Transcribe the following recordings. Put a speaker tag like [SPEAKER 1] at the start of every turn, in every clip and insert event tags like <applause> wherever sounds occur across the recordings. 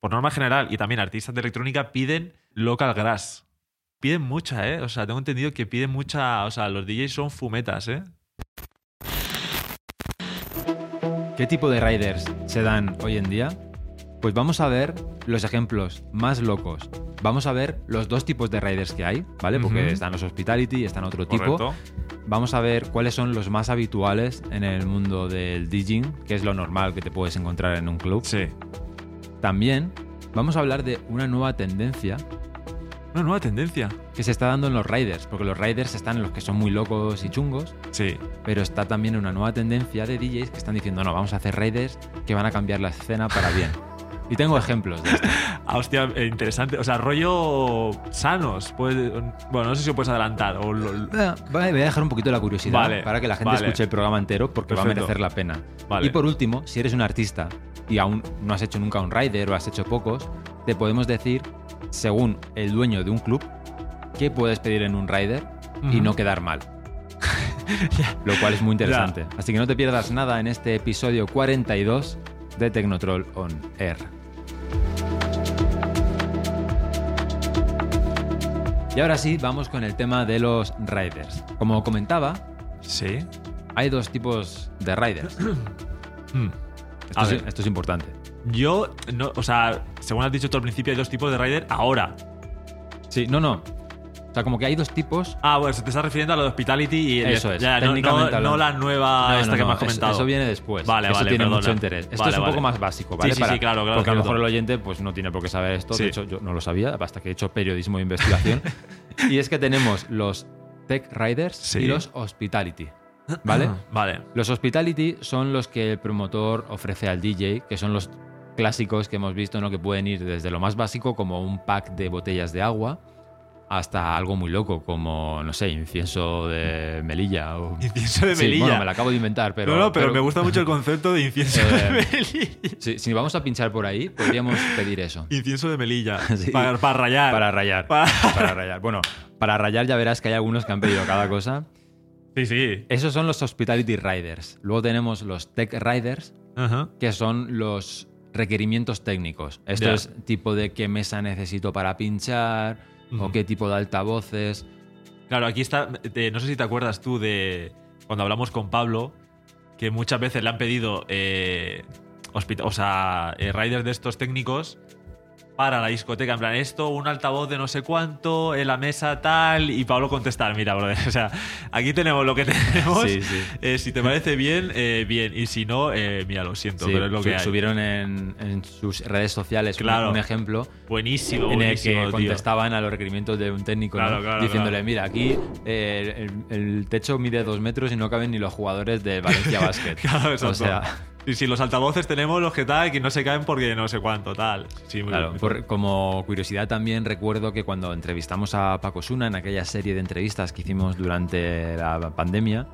[SPEAKER 1] por norma general, y también artistas de electrónica piden local grass. Piden mucha, ¿eh? O sea, tengo entendido que piden mucha. O sea, los DJs son fumetas, ¿eh?
[SPEAKER 2] ¿Qué tipo de riders se dan hoy en día? Pues vamos a ver los ejemplos más locos. Vamos a ver los dos tipos de riders que hay, ¿vale? Porque
[SPEAKER 1] Ujú.
[SPEAKER 2] están los hospitality y están otro tipo.
[SPEAKER 1] Correcto.
[SPEAKER 2] Vamos a ver cuáles son los más habituales en el mundo del DJing, que es lo normal que te puedes encontrar en un club.
[SPEAKER 1] Sí.
[SPEAKER 2] También vamos a hablar de una nueva tendencia
[SPEAKER 1] Una nueva tendencia.
[SPEAKER 2] que se está dando en los riders, porque los riders están los que son muy locos y chungos,
[SPEAKER 1] Sí.
[SPEAKER 2] pero está también una nueva tendencia de DJs que están diciendo, no, vamos a hacer riders que van a cambiar la escena para bien. Y <laughs> tengo ejemplos de esto.
[SPEAKER 1] Ah, hostia, eh, interesante. O sea, rollo sanos. Puedes- bueno, no sé si lo puedes adelantar. O lo- lo-
[SPEAKER 2] Eh, Voy a dejar un poquito la curiosidad
[SPEAKER 1] Vale,
[SPEAKER 2] para que la gente
[SPEAKER 1] vale.
[SPEAKER 2] escuche el programa entero porque va a
[SPEAKER 1] Perfecto.
[SPEAKER 2] merecer la pena.
[SPEAKER 1] Vale.
[SPEAKER 2] Y por último, si eres un artista y aún no has hecho nunca un rider o has hecho pocos, te podemos decir, según el dueño de un club, qué puedes pedir en un rider y
[SPEAKER 1] Ujú.
[SPEAKER 2] no quedar mal. Lo cual es muy interesante. Así que no te pierdas nada en este episodio 42 de Tecnotroll on Air. Y ahora sí, vamos con el tema de los riders. Como comentaba,
[SPEAKER 1] Sí.
[SPEAKER 2] hay dos tipos de riders.
[SPEAKER 1] Mm.
[SPEAKER 2] Esto,
[SPEAKER 1] A
[SPEAKER 2] es,
[SPEAKER 1] ver.
[SPEAKER 2] esto es importante.
[SPEAKER 1] Yo, no, o sea, según has dicho tú al principio, hay dos tipos de rider ahora.
[SPEAKER 2] Sí, no, no. O sea, como que hay dos tipos.
[SPEAKER 1] Ah, bueno, se te está refiriendo a lo de Hospitality y el-
[SPEAKER 2] Eso es,
[SPEAKER 1] ya, no,
[SPEAKER 2] técnicamente
[SPEAKER 1] no-
[SPEAKER 2] hablando.
[SPEAKER 1] no la nueva
[SPEAKER 2] No,
[SPEAKER 1] Ah, esta
[SPEAKER 2] no,
[SPEAKER 1] que
[SPEAKER 2] no,
[SPEAKER 1] me has
[SPEAKER 2] eso-
[SPEAKER 1] comentado.
[SPEAKER 2] Eso viene después.
[SPEAKER 1] Vale,
[SPEAKER 2] eso
[SPEAKER 1] vale,
[SPEAKER 2] tiene
[SPEAKER 1] perdona.
[SPEAKER 2] mucho interés. Esto
[SPEAKER 1] Vale,
[SPEAKER 2] es un
[SPEAKER 1] vale.
[SPEAKER 2] poco más básico,
[SPEAKER 1] Sí,
[SPEAKER 2] ¿vale?
[SPEAKER 1] sí, sí, claro, claro,
[SPEAKER 2] Porque a lo
[SPEAKER 1] cierto.
[SPEAKER 2] mejor el oyente pues, no tiene por qué saber esto.
[SPEAKER 1] Sí.
[SPEAKER 2] De hecho, yo no lo sabía, hasta que he hecho
[SPEAKER 1] <laughs>
[SPEAKER 2] periodismo de investigación. y es que tenemos los Tech Riders
[SPEAKER 1] Sí.
[SPEAKER 2] y los Hospitality, ¿vale?
[SPEAKER 1] <laughs> Vale.
[SPEAKER 2] Los hospitality son los que el promotor ofrece al DJ, que son los clásicos que hemos visto, ¿no? Que pueden ir desde lo más básico, como un pack de botellas de agua, hasta algo muy loco, como, no sé, incienso de melilla. O...
[SPEAKER 1] Incienso de
[SPEAKER 2] Sí,
[SPEAKER 1] melilla.
[SPEAKER 2] bueno, me la acabo de inventar, pero.
[SPEAKER 1] no, no, pero, me gusta mucho el concepto de incienso de
[SPEAKER 2] <laughs> Eh,
[SPEAKER 1] melilla.
[SPEAKER 2] Sí, si vamos a pinchar por ahí, podríamos <laughs> pedir eso.
[SPEAKER 1] Incienso de melilla.
[SPEAKER 2] <laughs> Sí.
[SPEAKER 1] Para, para rayar.
[SPEAKER 2] Para rayar.
[SPEAKER 1] Para-
[SPEAKER 2] Para rayar. Bueno, para rayar ya verás que hay algunos que han pedido cada cosa.
[SPEAKER 1] Sí, sí.
[SPEAKER 2] Esos son los hospitality riders. Luego tenemos los tech riders,
[SPEAKER 1] Ajá.
[SPEAKER 2] que son los requerimientos técnicos. Esto
[SPEAKER 1] Ya.
[SPEAKER 2] es tipo de qué mesa necesito para pinchar o
[SPEAKER 1] Ujú.
[SPEAKER 2] qué tipo de altavoces.
[SPEAKER 1] Claro, aquí está. te- no sé si te acuerdas tú de cuando hablamos con Pablo, que muchas veces le han pedido eh, hospita- o sea, eh, riders de estos técnicos para la discoteca. En plan, esto, un altavoz de no sé cuánto, en la mesa tal, y Pablo contestar. Mira, brother, <laughs> o sea, aquí tenemos lo que <laughs> tenemos.
[SPEAKER 2] Sí, sí.
[SPEAKER 1] Eh, si te parece bien, eh, bien. Y si no, eh, mira, lo siento,
[SPEAKER 2] Sí,
[SPEAKER 1] pero es lo
[SPEAKER 2] su-
[SPEAKER 1] que hay.
[SPEAKER 2] Subieron en, en sus redes sociales un-
[SPEAKER 1] Claro.
[SPEAKER 2] un, ejemplo
[SPEAKER 1] Buenísimo,
[SPEAKER 2] en el
[SPEAKER 1] buenísimo,
[SPEAKER 2] que
[SPEAKER 1] tío.
[SPEAKER 2] contestaban a los requerimientos de un técnico
[SPEAKER 1] Claro,
[SPEAKER 2] ¿no?
[SPEAKER 1] claro,
[SPEAKER 2] diciéndole,
[SPEAKER 1] claro.
[SPEAKER 2] mira, aquí eh, el, el techo mide dos metros y no caben ni los jugadores
[SPEAKER 1] <laughs>
[SPEAKER 2] de Valencia Basket.
[SPEAKER 1] Claro,
[SPEAKER 2] o
[SPEAKER 1] exacto.
[SPEAKER 2] sea,
[SPEAKER 1] Y si los altavoces tenemos los que tal, que no se caen porque no sé cuánto, tal. Sí, muy
[SPEAKER 2] Claro,
[SPEAKER 1] bien.
[SPEAKER 2] por- como curiosidad también recuerdo que cuando entrevistamos a Paco Suna en aquella serie de entrevistas que hicimos durante la pandemia,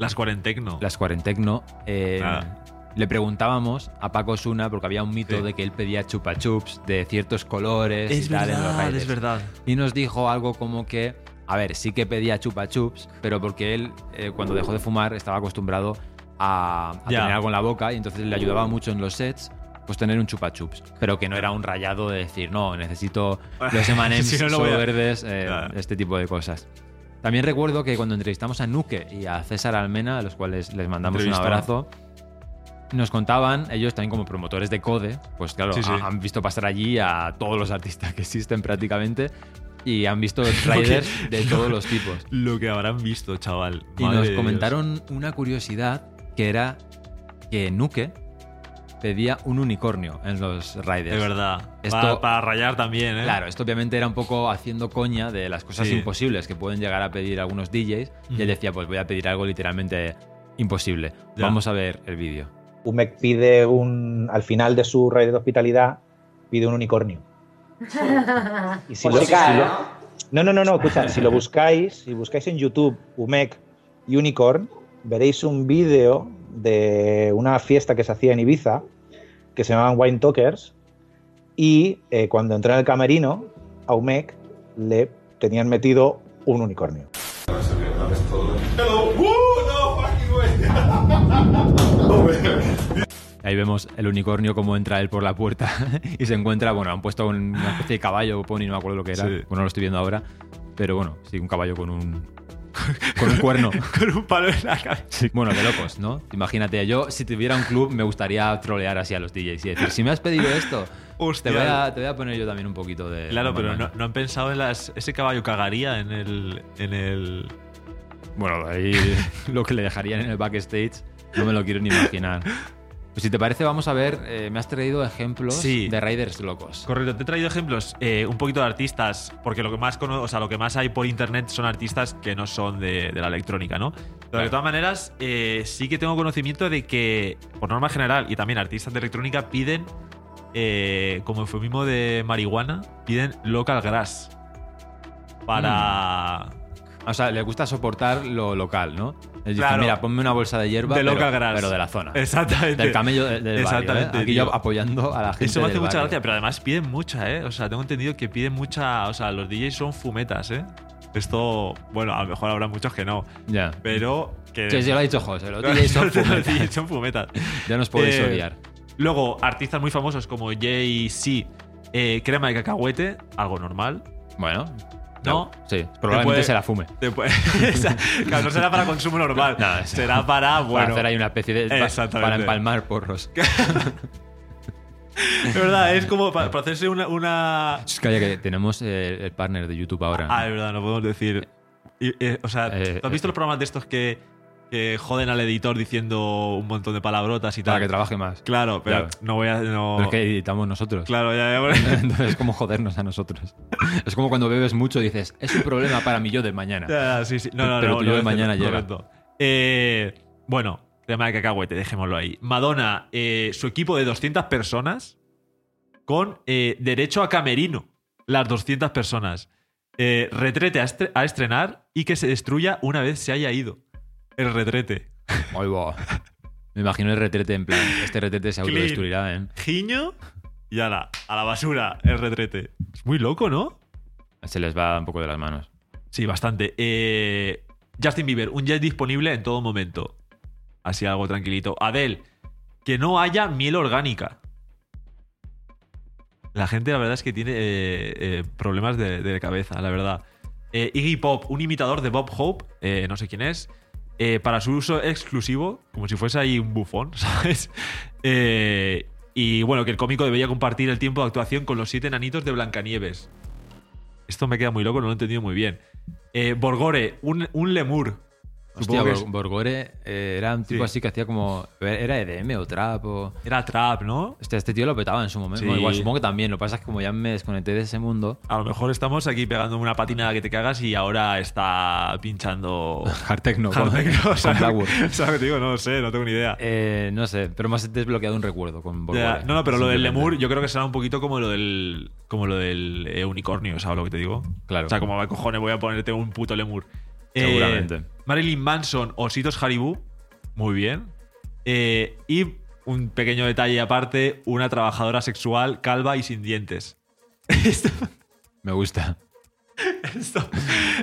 [SPEAKER 1] Las cuarentecno.
[SPEAKER 2] las cuarentecno, eh,
[SPEAKER 1] Nada.
[SPEAKER 2] le preguntábamos a Paco Suna porque había un mito
[SPEAKER 1] Ah. Sí.
[SPEAKER 2] de que él pedía chupa chups de ciertos colores y tal en los riders.
[SPEAKER 1] verdad.
[SPEAKER 2] Y nos dijo algo como que, a ver, sí que pedía chupa chups, pero porque él eh, cuando dejó de fumar estaba acostumbrado a, a
[SPEAKER 1] Ya.
[SPEAKER 2] tener algo en la boca y entonces le ayudaba mucho en los sets pues tener un chupa chups, pero que no era un rayado de decir, no, necesito
[SPEAKER 1] <laughs>
[SPEAKER 2] los M&M's
[SPEAKER 1] Si no, no
[SPEAKER 2] solo
[SPEAKER 1] voy a-
[SPEAKER 2] verdes, eh,
[SPEAKER 1] Ya.
[SPEAKER 2] este tipo de cosas. También recuerdo que cuando entrevistamos a Nuque y a César Almena, a los cuales les mandamos un
[SPEAKER 1] Entrevistón.
[SPEAKER 2] abrazo, nos contaban, ellos también como promotores de Code, pues claro,
[SPEAKER 1] Sí, sí.
[SPEAKER 2] ha- han visto pasar allí a todos los artistas que existen prácticamente y han
[SPEAKER 1] <laughs>
[SPEAKER 2] visto
[SPEAKER 1] que-
[SPEAKER 2] riders de todos los tipos.
[SPEAKER 1] Lo que habrán visto, chaval.
[SPEAKER 2] Y
[SPEAKER 1] Madre
[SPEAKER 2] nos
[SPEAKER 1] de
[SPEAKER 2] comentaron una curiosidad que era que Nuke pedía un unicornio en los
[SPEAKER 1] Dios.
[SPEAKER 2] riders.
[SPEAKER 1] De verdad. ¿eh?
[SPEAKER 2] Esto-
[SPEAKER 1] Para, para rayar también, ¿eh?
[SPEAKER 2] Claro, esto obviamente era un poco haciendo coña de las cosas
[SPEAKER 1] Sí.
[SPEAKER 2] imposibles que pueden llegar a pedir algunos DJs. Y él
[SPEAKER 1] Ujú.
[SPEAKER 2] decía, pues voy a pedir algo literalmente imposible.
[SPEAKER 1] Ya.
[SPEAKER 2] Vamos a ver el vídeo.
[SPEAKER 3] Umek pide un. Al final de su red de hospitalidad, pide un unicornio. Y si
[SPEAKER 4] Pues
[SPEAKER 3] lo-
[SPEAKER 4] se cae,
[SPEAKER 3] si lo-
[SPEAKER 4] ¿no?
[SPEAKER 3] No, no, no, no, escucha, si lo buscáis, si buscáis en YouTube Umek Unicorn, veréis un vídeo de una fiesta que se hacía en Ibiza, que se llamaban Wine Talkers, y eh, cuando entró en el camerino, a Umek le tenían metido un unicornio.
[SPEAKER 2] Ahí vemos el unicornio cómo entra él por la puerta <laughs> y se encuentra, bueno, han puesto un- una especie de caballo o pony, no me acuerdo lo que era,
[SPEAKER 1] Sí.
[SPEAKER 2] bueno, lo estoy viendo ahora, pero bueno, sí, un caballo con un <laughs> con un cuerno.
[SPEAKER 1] <laughs> Con un palo en la cabeza.
[SPEAKER 2] Sí, Bueno, de locos, ¿no? Imagínate, yo si tuviera un club me gustaría trolear así a los DJs y decir, si me has pedido esto, te
[SPEAKER 1] Hostia.
[SPEAKER 2] voy, a, te voy a poner yo también un poquito de...
[SPEAKER 1] Claro, pero no,
[SPEAKER 2] Batman".
[SPEAKER 1] no han pensado en las. Ese caballo cagaría en el. En el.
[SPEAKER 2] Bueno, ahí <laughs> lo que le dejarían en el backstage no me lo quiero ni imaginar. Pues si te parece, vamos a ver, eh, me has traído ejemplos
[SPEAKER 1] Sí.
[SPEAKER 2] de Raiders locos.
[SPEAKER 1] Correcto, te he traído ejemplos eh, un poquito de artistas, porque lo que más cono- o sea, lo que más hay por internet son artistas que no son de, de la electrónica, ¿no? Pero de
[SPEAKER 2] Claro.
[SPEAKER 1] todas maneras, eh, sí que tengo conocimiento de que, por norma general, y también artistas de electrónica piden, eh, como eufemismo de marihuana, piden local grass. Para.
[SPEAKER 2] O sea, le gusta soportar lo local, ¿no? Les dice,
[SPEAKER 1] Claro.
[SPEAKER 2] mira, ponme una bolsa de hierba,
[SPEAKER 1] de
[SPEAKER 2] pero,
[SPEAKER 1] local grass.
[SPEAKER 2] pero de la zona.
[SPEAKER 1] <laughs> Exactamente.
[SPEAKER 2] Del camello de- del barrio,
[SPEAKER 1] Exactamente,
[SPEAKER 2] ¿eh? Aquí
[SPEAKER 1] tío.
[SPEAKER 2] yo apoyando a la gente
[SPEAKER 1] Eso me hace
[SPEAKER 2] del
[SPEAKER 1] mucha
[SPEAKER 2] barrio.
[SPEAKER 1] gracia, pero además piden mucha, ¿eh? O sea, tengo entendido que piden mucha. O sea, los DJs son fumetas, ¿eh? Esto, bueno, a lo mejor habrá muchos que no,
[SPEAKER 2] Ya.
[SPEAKER 1] pero que.
[SPEAKER 2] Sí,
[SPEAKER 1] <laughs>
[SPEAKER 2] sí, lo ha dicho José, los DJs son
[SPEAKER 1] Los
[SPEAKER 2] fumetas.
[SPEAKER 1] DJs <laughs> son fumetas.
[SPEAKER 2] Ya nos podéis
[SPEAKER 1] Eh,
[SPEAKER 2] odiar.
[SPEAKER 1] Luego, artistas muy famosos como Jay-Z, eh, crema de cacahuete, algo normal.
[SPEAKER 2] Bueno.
[SPEAKER 1] ¿No?
[SPEAKER 2] Sí, probablemente
[SPEAKER 1] puede-
[SPEAKER 2] se la fume.
[SPEAKER 1] Después, <laughs> Esa- claro, no será para consumo normal,
[SPEAKER 2] No, es-
[SPEAKER 1] será para,
[SPEAKER 2] para
[SPEAKER 1] bueno,
[SPEAKER 2] hacer ahí una especie de. pa-
[SPEAKER 1] Exactamente.
[SPEAKER 2] Para empalmar porros.
[SPEAKER 1] es verdad, es
[SPEAKER 2] <laughs>
[SPEAKER 1] como para, para hacerse una, una-
[SPEAKER 2] Shh, Calla, que tenemos eh, el partner de YouTube ahora.
[SPEAKER 1] Ah, es verdad, no podemos decir. Y, eh, o sea,
[SPEAKER 2] Eh,
[SPEAKER 1] ¿tú has visto
[SPEAKER 2] eh,
[SPEAKER 1] los programas de estos que, que joden al editor diciendo un montón de palabrotas y
[SPEAKER 2] para que
[SPEAKER 1] tal?
[SPEAKER 2] trabaje más.
[SPEAKER 1] Claro, pero
[SPEAKER 2] Claro.
[SPEAKER 1] no voy a. No...
[SPEAKER 2] Pero es que editamos nosotros.
[SPEAKER 1] Claro, ya, ya, bueno.
[SPEAKER 2] <laughs> Entonces es como jodernos a nosotros. Es como cuando bebes mucho y dices, es un problema para mi yo de mañana.
[SPEAKER 1] Ya, ya, Ah, sí, sí. No, no,
[SPEAKER 2] Pero
[SPEAKER 1] no,
[SPEAKER 2] tú
[SPEAKER 1] no
[SPEAKER 2] lo de
[SPEAKER 1] voy a hacer-
[SPEAKER 2] mañana llega.
[SPEAKER 1] correcto. Eh, bueno, tema de cacahuete, dejémoslo ahí. Madonna, eh, su equipo de 200 personas con eh, derecho a camerino. Las 200 personas. Eh, retrete a, estre- a estrenar y que se destruya una vez se haya ido. El retrete.
[SPEAKER 2] Ahí va. Me imagino el retrete en plan, este retrete se
[SPEAKER 1] Clean.
[SPEAKER 2] autodestruirá, ¿eh?
[SPEAKER 1] Giño y ala, a la basura, el retrete. Es muy loco, ¿no?
[SPEAKER 2] Se les va un poco de las manos.
[SPEAKER 1] Sí, bastante. Eh, Justin Bieber, un jet disponible en todo momento. Así algo tranquilito. Adele, que no haya miel orgánica. La gente, la verdad es que tiene eh, eh, problemas de, de cabeza, la verdad. Eh, Iggy Pop, un imitador de Bob Hope, eh, no sé quién es, eh, para su uso exclusivo, como si fuese ahí un bufón, <laughs> ¿sabes? Eh, y bueno, que el cómico debería compartir el tiempo de actuación con los siete enanitos de Blancanieves. Esto me queda muy loco, no lo he entendido muy bien. Eh, Borgore, un, un lemur.
[SPEAKER 2] Hostia,
[SPEAKER 1] Supongo que
[SPEAKER 2] Bor- Borgore eh, era un tipo
[SPEAKER 1] Sí.
[SPEAKER 2] así que hacía como. Era EDM o trap o.
[SPEAKER 1] es- era trap, ¿no?
[SPEAKER 2] Hostia, este tío lo petaba en su momento.
[SPEAKER 1] Sí.
[SPEAKER 2] Bueno, igual supongo que también. Lo que pasa es que como ya me desconecté de ese mundo.
[SPEAKER 1] A lo mejor estamos aquí pegando una patinada que te cagas y ahora está
[SPEAKER 2] <laughs>
[SPEAKER 1] pinchando.
[SPEAKER 2] Hard techno.
[SPEAKER 1] Hard techno,
[SPEAKER 2] con-
[SPEAKER 1] ¿sabes? <laughs>
[SPEAKER 2] con Blackwood.
[SPEAKER 1] ¿Sabes? Digo, no lo sé, no tengo ni idea.
[SPEAKER 2] Eh, no sé, pero me has desbloqueado un recuerdo con Borgore.
[SPEAKER 1] Ya, no, no, pero lo del
[SPEAKER 2] simplemente.
[SPEAKER 1] lemur yo creo que será un poquito como lo del como lo del eh, unicornio, ¿sabes lo que te digo?
[SPEAKER 2] Claro.
[SPEAKER 1] O sea, como Eh, cojones voy a ponerte un puto lemur.
[SPEAKER 2] Seguramente.
[SPEAKER 1] Marilyn Manson, ositos Haribu, muy bien. Eh, y un pequeño detalle aparte, una trabajadora sexual calva y sin dientes. <laughs> esto,
[SPEAKER 2] Me gusta.
[SPEAKER 1] esto,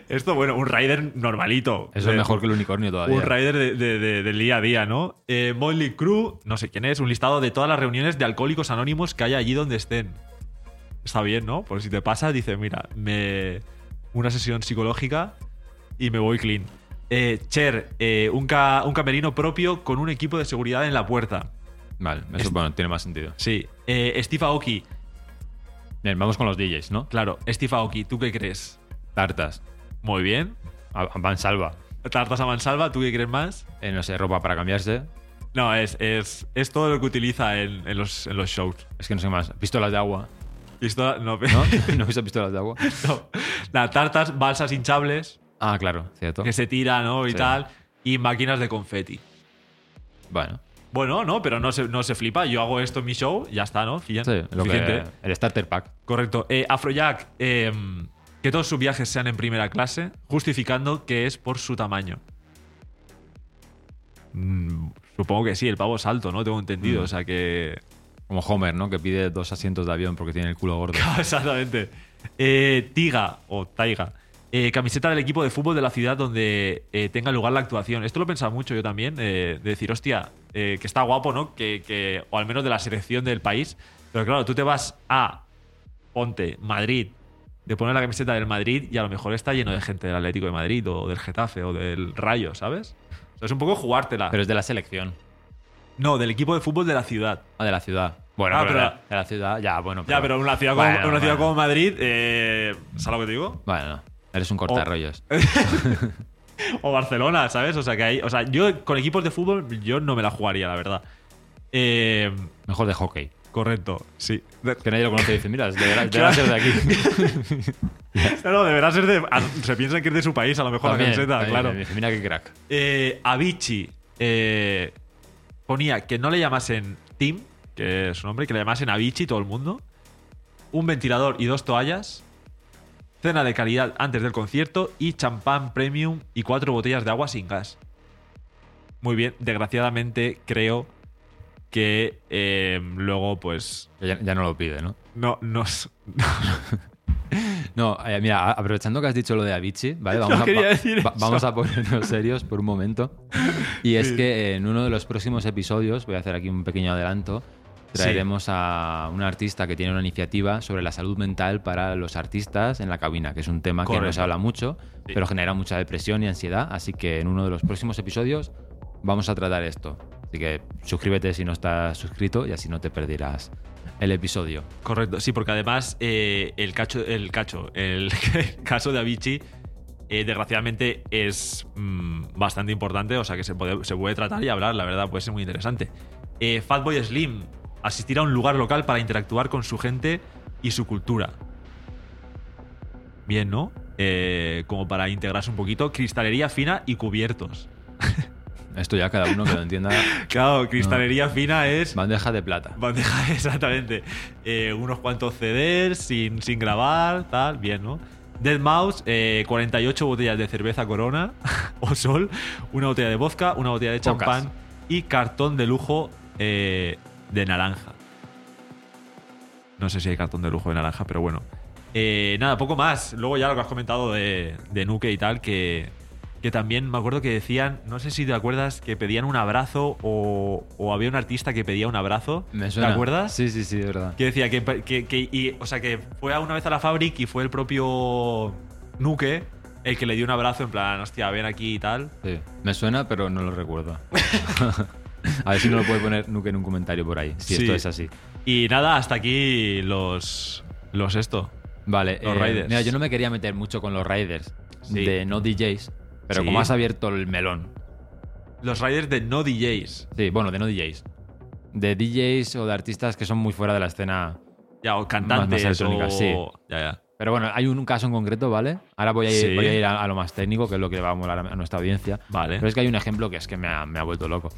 [SPEAKER 1] esto, bueno, un rider normalito.
[SPEAKER 2] Eso es
[SPEAKER 1] De-
[SPEAKER 2] mejor que el unicornio todavía.
[SPEAKER 1] eh, un rider de- de- de- del día a día, ¿no? Eh, Motley Crue, no sé quién es, un listado de todas las reuniones de alcohólicos anónimos que haya allí donde estén. Está bien, ¿no? Por si te pasa, dices, mira, me una sesión psicológica y me voy clean. Eh, Cher, eh, un, ca- un camerino propio con un equipo de seguridad en la puerta.
[SPEAKER 2] Vale, eso
[SPEAKER 1] Es-
[SPEAKER 2] bueno, tiene más sentido.
[SPEAKER 1] Sí. Eh, Steve Aoki,
[SPEAKER 2] Bien, vamos con los DJs, ¿no?
[SPEAKER 1] claro, Steve Aoki, ¿tú qué crees?
[SPEAKER 2] Tartas.
[SPEAKER 1] Muy bien.
[SPEAKER 2] A- Van Salva.
[SPEAKER 1] Tartas a mansalva, ¿tú qué crees más?
[SPEAKER 2] Eh, no sé, ropa para cambiarse.
[SPEAKER 1] No, es, es, es todo lo que utiliza en, en los, en los shows.
[SPEAKER 2] Es que no sé qué más. Pistolas de agua. <laughs>
[SPEAKER 1] Pistola- no, <laughs>
[SPEAKER 2] ¿No? ¿No visto pistolas de agua?
[SPEAKER 1] No. Las tartas, balsas hinchables
[SPEAKER 2] Ah, claro, cierto.
[SPEAKER 1] que se tiran ¿no? y
[SPEAKER 2] Sí.
[SPEAKER 1] tal, y máquinas de confeti.
[SPEAKER 2] Bueno,
[SPEAKER 1] Bueno, no, pero no se, no se flipa. Yo hago esto en mi show, ya está, ¿no? Fíjate.
[SPEAKER 2] sí, lo que,
[SPEAKER 1] Suficiente.
[SPEAKER 2] el starter pack.
[SPEAKER 1] Correcto. Eh, Afrojack, eh, que todos sus viajes sean en primera clase, justificando que es por su tamaño. Mm, supongo que sí, el pavo es alto, ¿no? Tengo
[SPEAKER 2] Mm.
[SPEAKER 1] entendido. O sea que.
[SPEAKER 2] Como Homer, ¿no? Que
[SPEAKER 1] <laughs>
[SPEAKER 2] pide dos asientos de avión porque tiene el culo gordo.
[SPEAKER 1] Exactamente. Eh, tiga o Taiga. eh, camiseta del equipo de fútbol de la ciudad donde eh, tenga lugar la actuación. Esto lo he pensado mucho yo también, eh, de decir, hostia, eh, que está guapo, ¿no? Que, que- o al menos de la selección del país. Pero claro, tú te vas a Ponte, Madrid, te pones la camiseta del Madrid y a lo mejor está lleno de gente del Atlético de Madrid o del Getafe o del Rayo, ¿sabes? O sea, es un poco jugártela.
[SPEAKER 2] Pero es de la selección,
[SPEAKER 1] no, del equipo de fútbol de la ciudad.
[SPEAKER 2] o de la ciudad. Bueno,
[SPEAKER 1] Ah,
[SPEAKER 2] pero
[SPEAKER 1] pero-
[SPEAKER 2] de la- de la ciudad, ya, bueno.
[SPEAKER 1] Ya, pero en una ciudad como,
[SPEAKER 2] Bueno,
[SPEAKER 1] en una ciudad
[SPEAKER 2] bueno.
[SPEAKER 1] como Madrid, eh, ¿sabes lo que te digo?
[SPEAKER 2] Bueno, eres un cortarrollos.
[SPEAKER 1] O Barcelona, ¿sabes? O sea, que hay, o sea, yo con equipos de fútbol yo no me la jugaría, la verdad. Eh,
[SPEAKER 2] Mejor de hockey.
[SPEAKER 1] correcto, sí. De-
[SPEAKER 2] Que nadie lo conoce y dice, mira, deberás, <laughs> deberás ser de aquí.
[SPEAKER 1] No, no, deberá ser de. a- se piensan que es de su país, a lo mejor
[SPEAKER 2] También,
[SPEAKER 1] la camiseta,
[SPEAKER 2] también,
[SPEAKER 1] claro.
[SPEAKER 2] me dice, Mira qué crack.
[SPEAKER 1] Eh, Avicii eh, ponía que no le llamasen Tim, que es su nombre, que le llamasen Avicii todo el mundo. Un ventilador y dos toallas. Cena de calidad antes del concierto y champán premium y cuatro botellas de agua sin gas. Muy bien, desgraciadamente creo que eh, luego pues
[SPEAKER 2] Que Ya, ya no lo pide, ¿no?
[SPEAKER 1] no nos...
[SPEAKER 2] No, eh, mira, a- aprovechando que has dicho lo de Avicii,
[SPEAKER 1] <laughs>
[SPEAKER 2] ¿vale? Vamos, a,
[SPEAKER 1] quería
[SPEAKER 2] va-
[SPEAKER 1] decir
[SPEAKER 2] va-
[SPEAKER 1] eso.
[SPEAKER 2] vamos a ponernos serios por
[SPEAKER 1] <laughs>
[SPEAKER 2] un momento. Y es
[SPEAKER 1] Sí.
[SPEAKER 2] que eh, en uno de los próximos episodios, voy a hacer aquí un pequeño adelanto,
[SPEAKER 1] Sí.
[SPEAKER 2] traeremos a un artista que tiene una iniciativa sobre la salud mental para los artistas en la cabina, que es un tema que no se
[SPEAKER 1] Correcto.
[SPEAKER 2] habla mucho,
[SPEAKER 1] Sí.
[SPEAKER 2] pero genera mucha depresión y ansiedad. Así que en uno de los próximos episodios vamos a tratar esto. Así que suscríbete si no estás suscrito y así no te perderás el episodio.
[SPEAKER 1] Correcto, sí, porque además eh, el cacho, el cacho, el, <laughs> caso de Avicii, eh, desgraciadamente es mm, bastante importante, o sea que se puede, se puede tratar y hablar, la verdad, puede ser muy interesante. Eh, Fatboy Slim, asistir a un lugar local para interactuar con su gente y su cultura. Bien, ¿no? Eh, como para integrarse un poquito, cristalería fina y cubiertos.
[SPEAKER 2] Esto ya cada uno que
[SPEAKER 1] <laughs>
[SPEAKER 2] lo entienda.
[SPEAKER 1] Claro, cristalería fina es
[SPEAKER 2] Bandeja de plata.
[SPEAKER 1] Bandeja, <laughs> exactamente. Eh, unos cuantos CDs sin, sin grabar, tal, bien, ¿no? Dead Mouse, eh, 48 botellas de cerveza Corona <laughs> o Sol, una botella de vodka, una botella de
[SPEAKER 2] Pocas.
[SPEAKER 1] champán y cartón de lujo eh, de naranja. No sé si hay cartón de lujo de naranja, pero bueno. Eh, nada, poco más. Luego ya lo que has comentado de, de Nuke y tal, que, que también me acuerdo que decían, no sé si te acuerdas, que pedían un abrazo o, o había un artista que pedía un abrazo.
[SPEAKER 2] Me suena.
[SPEAKER 1] ¿Te acuerdas?
[SPEAKER 2] Sí, sí, sí, de verdad.
[SPEAKER 1] Que decía que, que- que- y- o sea, que fue a una vez a la Fabric y fue el propio Nuke el que le dio un abrazo en plan, hostia, ven aquí y tal.
[SPEAKER 2] Sí. Me suena, pero no lo
[SPEAKER 1] <laughs>
[SPEAKER 2] recuerdo. <laughs> A ver si no lo puede poner Nuke en un comentario por ahí, si
[SPEAKER 1] Sí.
[SPEAKER 2] esto es así.
[SPEAKER 1] Y nada, hasta aquí los. Los esto.
[SPEAKER 2] Vale,
[SPEAKER 1] Los
[SPEAKER 2] eh,
[SPEAKER 1] Raiders.
[SPEAKER 2] mira, yo no me quería meter mucho con los Raiders
[SPEAKER 1] Sí.
[SPEAKER 2] de no DJs, pero
[SPEAKER 1] Sí.
[SPEAKER 2] como has abierto el melón.
[SPEAKER 1] Los riders de no DJs.
[SPEAKER 2] Sí, bueno, de no DJs. De DJs o de artistas que son muy fuera de la escena.
[SPEAKER 1] Ya, o cantantes.
[SPEAKER 2] electrónicas,
[SPEAKER 1] o-
[SPEAKER 2] sí.
[SPEAKER 1] Ya, ya.
[SPEAKER 2] Pero bueno, hay un caso en concreto, ¿vale? Ahora voy a ir,
[SPEAKER 1] Sí.
[SPEAKER 2] voy a, ir a, a lo más técnico, que es lo que le va a molar a, a nuestra audiencia.
[SPEAKER 1] Vale.
[SPEAKER 2] Pero es que hay un ejemplo que es que me ha, me ha vuelto loco.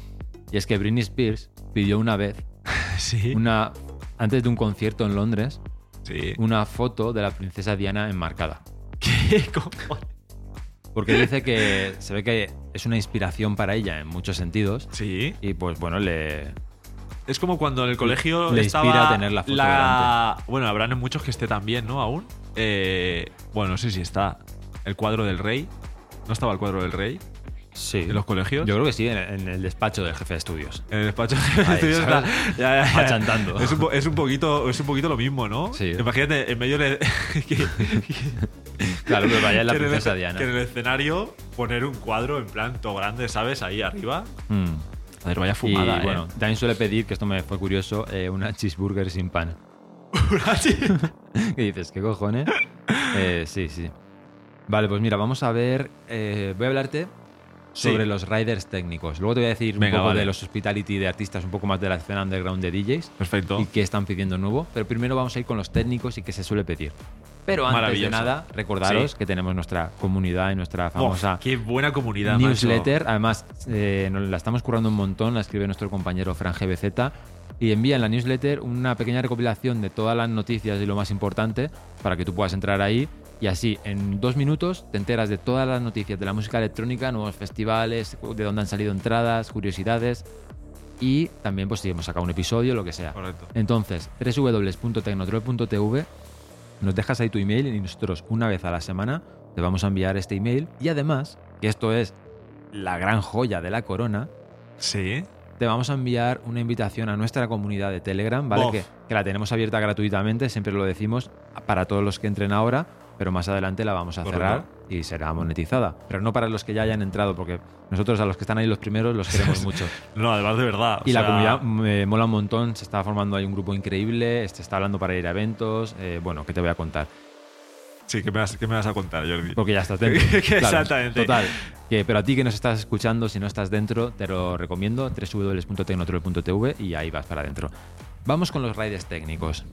[SPEAKER 2] Y es que Britney Spears pidió una vez
[SPEAKER 1] <laughs> Sí.
[SPEAKER 2] una antes de un concierto en Londres
[SPEAKER 1] sí.
[SPEAKER 2] una foto de la princesa Diana enmarcada <laughs>
[SPEAKER 1] ¿Qué? ¿Cómo? <laughs>
[SPEAKER 2] porque dice que se ve que es una inspiración para ella en muchos sentidos
[SPEAKER 1] Sí.
[SPEAKER 2] y pues bueno le
[SPEAKER 1] Es como cuando en el colegio
[SPEAKER 2] Le
[SPEAKER 1] estaba
[SPEAKER 2] inspira tener la foto
[SPEAKER 1] Bueno, habrán muchos que esté también, ¿no? Aún. Eh, bueno, no sé si está el cuadro del rey. ¿No estaba el cuadro del rey
[SPEAKER 2] sí
[SPEAKER 1] en los colegios?
[SPEAKER 2] yo creo que sí en, en el despacho del jefe de estudios
[SPEAKER 1] <laughs> En el despacho Estoy
[SPEAKER 2] ¿sabes?
[SPEAKER 1] hasta- ya, ya, ya.
[SPEAKER 2] Achantando.
[SPEAKER 1] Es un, po- es un poquito, es un poquito lo mismo, ¿no?
[SPEAKER 2] Sí.
[SPEAKER 1] Imagínate, en medio de. <laughs>
[SPEAKER 2] <laughs>
[SPEAKER 1] que-
[SPEAKER 2] claro pero vaya es la
[SPEAKER 1] que en el-
[SPEAKER 2] princesa Diana
[SPEAKER 1] que en el escenario poner un cuadro en plan todo grande, ¿sabes? Ahí arriba.
[SPEAKER 2] Mm.
[SPEAKER 1] A ver, vaya
[SPEAKER 2] y
[SPEAKER 1] fumada, ¿eh? <laughs>
[SPEAKER 2] bueno también suele pedir que esto me fue curioso eh, una cheeseburger sin pan <laughs> ¿Qué dices? ¿Qué cojones? Eh, sí, sí. Vale, pues mira, vamos a ver. eh, voy a hablarte
[SPEAKER 1] Sí.
[SPEAKER 2] sobre los riders técnicos. Luego te voy a decir
[SPEAKER 1] Venga,
[SPEAKER 2] un poco
[SPEAKER 1] vale.
[SPEAKER 2] de los hospitality de artistas, un poco más de la escena underground de DJs
[SPEAKER 1] Perfecto.
[SPEAKER 2] y qué están pidiendo nuevo. Pero primero vamos a ir con los técnicos y qué se suele pedir. Pero antes de
[SPEAKER 1] Maravilloso.
[SPEAKER 2] nada, recordaros
[SPEAKER 1] Sí.
[SPEAKER 2] que tenemos nuestra comunidad y nuestra famosa
[SPEAKER 1] Uf, qué buena comunidad, macho.
[SPEAKER 2] newsletter. Además, eh, nos la estamos currando un montón, la escribe nuestro compañero Fran GBZ. Y envía en la newsletter una pequeña recopilación de todas las noticias y lo más importante para que tú puedas entrar ahí. Y así, en dos minutos, te enteras de todas las noticias de la música electrónica, nuevos festivales, de dónde han salido entradas, curiosidades. Y también, pues, si hemos sacado un episodio, lo que sea.
[SPEAKER 1] Correcto.
[SPEAKER 2] Entonces, www.tecnotrol.tv, nos dejas ahí tu email y nosotros una vez a la semana te vamos a enviar este email y además, que esto es la gran joya de la corona,
[SPEAKER 1] Sí.
[SPEAKER 2] te vamos a enviar una invitación a nuestra comunidad de Telegram, ¿vale?
[SPEAKER 1] Bof.
[SPEAKER 2] Que, que la tenemos abierta gratuitamente, siempre lo decimos, para todos los que entren ahora, pero más adelante la vamos a
[SPEAKER 1] Correcto.
[SPEAKER 2] cerrar y será monetizada. Pero no para los que ya hayan entrado, porque nosotros a los que están ahí los primeros los
[SPEAKER 1] <laughs>
[SPEAKER 2] queremos mucho.
[SPEAKER 1] No, además de verdad. o
[SPEAKER 2] Y la
[SPEAKER 1] sea,
[SPEAKER 2] comunidad mm. me mola un montón, se está formando ahí un grupo increíble, se está hablando para ir a eventos, eh, bueno, ¿qué te voy a contar?
[SPEAKER 1] Sí, ¿qué me, vas, qué me vas a contar, Jordi?
[SPEAKER 2] Porque ya estás dentro.
[SPEAKER 1] <laughs> Que
[SPEAKER 2] claro.
[SPEAKER 1] exactamente.
[SPEAKER 2] Total. Que, pero a ti que nos estás escuchando, si no estás dentro, te lo recomiendo, www.tecnotrol.tv y ahí vas para adentro. Vamos con los raids técnicos.